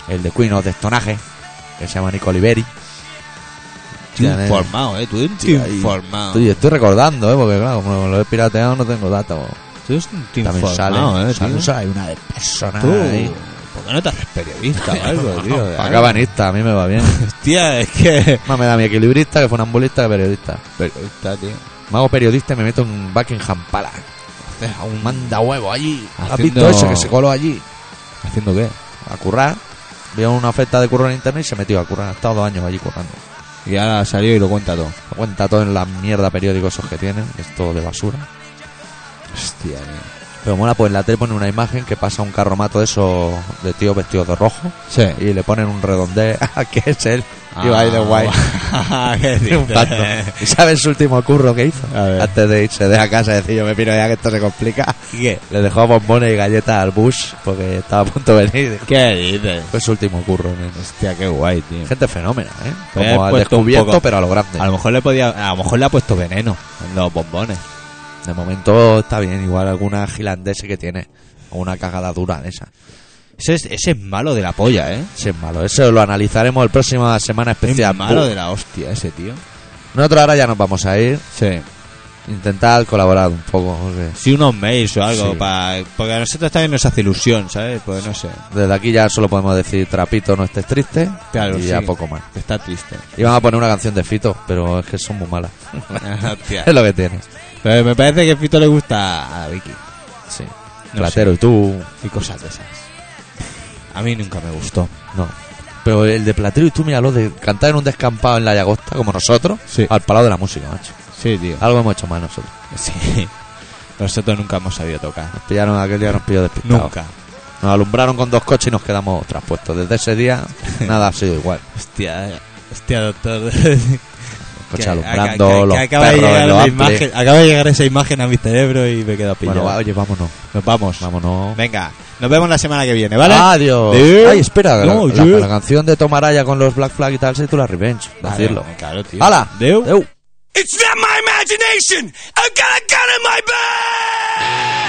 [SPEAKER 1] El de Queen of the Stonaje, que se llama Nico Oliveri.
[SPEAKER 2] Estoy
[SPEAKER 1] Ya, nene.
[SPEAKER 2] informado, eh. Tú eres
[SPEAKER 1] Tío, ahí-
[SPEAKER 2] informado.
[SPEAKER 1] Estoy, estoy recordando, ¿eh? porque claro, como lo he pirateado no tengo datos.
[SPEAKER 2] Tú eres un tío
[SPEAKER 1] También
[SPEAKER 2] informado,
[SPEAKER 1] sale,
[SPEAKER 2] eh.
[SPEAKER 1] sale,
[SPEAKER 2] tío.
[SPEAKER 1] sale una de persona
[SPEAKER 2] Tú,
[SPEAKER 1] ahí.
[SPEAKER 2] ¿Por qué no te haces periodista
[SPEAKER 1] <laughs>
[SPEAKER 2] o algo, tío? ¿Eh?
[SPEAKER 1] Para cabanista, a mí me va <laughs> bien.
[SPEAKER 2] Hostia, es que... <laughs>
[SPEAKER 1] Más me da mi equilibrista que funambulista que periodista.
[SPEAKER 2] Periodista, tío.
[SPEAKER 1] Me hago periodista y me meto en Buckingham Palace. A un manda huevo allí. ¿Has
[SPEAKER 2] Haciendo-
[SPEAKER 1] visto ese que se coló allí?
[SPEAKER 2] ¿Haciendo qué?
[SPEAKER 1] A currar. Vio una oferta de curro en internet y se metió a currar. Ha estado dos años allí currando.
[SPEAKER 2] Y ahora salió y lo cuenta todo.
[SPEAKER 1] Me cuenta todo en la mierda periódicos esos que tienen, que es todo de basura.
[SPEAKER 2] Hostia, tío.
[SPEAKER 1] Pero mola, pues en la tele ponen una imagen que pasa un carromato de esos de tíos vestidos de rojo
[SPEAKER 2] Sí. Ah,
[SPEAKER 1] y le ponen un redondel a <laughs> que es él Y va ahí de guay.
[SPEAKER 2] <laughs> ¿Qué
[SPEAKER 1] <laughs> Un
[SPEAKER 2] dices?
[SPEAKER 1] tanto. ¿Y sabes su último curro que hizo?
[SPEAKER 2] A ver.
[SPEAKER 1] Antes de irse de la casa, decir yo me piro ya que esto se complica.
[SPEAKER 2] ¿Qué?
[SPEAKER 1] Le dejó bombones y galletas al Bush porque estaba a punto de venir.
[SPEAKER 2] ¿Qué dices?
[SPEAKER 1] Fue su último curro, nen.
[SPEAKER 2] Hostia, qué guay, tío.
[SPEAKER 1] Gente fenómena, ¿eh?
[SPEAKER 2] Me he
[SPEAKER 1] Como al
[SPEAKER 2] puesto un
[SPEAKER 1] descubierto,
[SPEAKER 2] poco-
[SPEAKER 1] pero a lo grande.
[SPEAKER 2] A lo mejor le podía, a lo mejor le ha puesto veneno en los bombones.
[SPEAKER 1] De momento está bien, igual alguna gilandese que tiene. O una cagada dura de esa.
[SPEAKER 2] Ese es, ese es malo de la polla, ¿eh?
[SPEAKER 1] Ese es malo. Eso lo analizaremos el próxima semana
[SPEAKER 2] Es
[SPEAKER 1] especial.
[SPEAKER 2] malo
[SPEAKER 1] Bu-
[SPEAKER 2] de la hostia ese tío.
[SPEAKER 1] Nosotros ahora ya nos vamos a ir.
[SPEAKER 2] Sí.
[SPEAKER 1] Intentad colaborar un poco. porque
[SPEAKER 2] Sí, unos mails o algo.
[SPEAKER 1] Sí.
[SPEAKER 2] pa- porque a nosotros también nos hace ilusión, ¿sabes? Pues no sé.
[SPEAKER 1] Desde aquí ya solo podemos decir trapito, no estés triste.
[SPEAKER 2] Claro,
[SPEAKER 1] y ya
[SPEAKER 2] sí.
[SPEAKER 1] poco más. <laughs>
[SPEAKER 2] Está triste.
[SPEAKER 1] Y vamos a poner una canción de Fito, pero es que son muy
[SPEAKER 2] <laughs>
[SPEAKER 1] malas.
[SPEAKER 2] Hostia.
[SPEAKER 1] es lo que tienes.
[SPEAKER 2] Pero me parece que Fito le gusta a Vicky.
[SPEAKER 1] Sí.
[SPEAKER 2] No
[SPEAKER 1] Platero, y tú.
[SPEAKER 2] sé, y cosas de esas. A mí nunca me gustó.
[SPEAKER 1] No. Pero el de Platero y tú, míralo, de cantar en un descampado en la Llagosta, como nosotros,
[SPEAKER 2] Sí.
[SPEAKER 1] al palado de la música, macho.
[SPEAKER 2] Sí, tío.
[SPEAKER 1] Algo hemos hecho mal nosotros.
[SPEAKER 2] Ah, Sí. <laughs> Nosotros nunca hemos sabido tocar.
[SPEAKER 1] Nos pillaron aquel día, nos pilló despistados.
[SPEAKER 2] Nunca.
[SPEAKER 1] Nos alumbraron con dos coches y nos quedamos traspuestos. Desde ese
[SPEAKER 2] <laughs>
[SPEAKER 1] día, nada ha sido igual.
[SPEAKER 2] Hostia, hostia, doctor. <laughs>
[SPEAKER 1] Coches
[SPEAKER 2] Que-
[SPEAKER 1] alumbrando,
[SPEAKER 2] que- que- que
[SPEAKER 1] los
[SPEAKER 2] acaba de
[SPEAKER 1] perros en
[SPEAKER 2] llegar
[SPEAKER 1] los
[SPEAKER 2] la
[SPEAKER 1] amplis.
[SPEAKER 2] imagen- Acaba de llegar esa imagen a mi cerebro y me quedo pillado.
[SPEAKER 1] Bueno, va, oye, vámonos.
[SPEAKER 2] Nos vamos.
[SPEAKER 1] Vámonos.
[SPEAKER 2] Venga, nos vemos la semana que viene, ¿vale?
[SPEAKER 1] Adiós.
[SPEAKER 2] Adiós.
[SPEAKER 1] Ay, espera,
[SPEAKER 2] No,
[SPEAKER 1] la, la-
[SPEAKER 2] yo-
[SPEAKER 1] la canción de Tomaraya con los Black Flag y tal se titula Revenge.
[SPEAKER 2] Vale,
[SPEAKER 1] Decirlo.
[SPEAKER 2] Claro, tío.
[SPEAKER 1] ¡Hala!
[SPEAKER 2] Adeu.
[SPEAKER 1] Adeu.
[SPEAKER 5] It's not my imagination! I've got a gun in my back!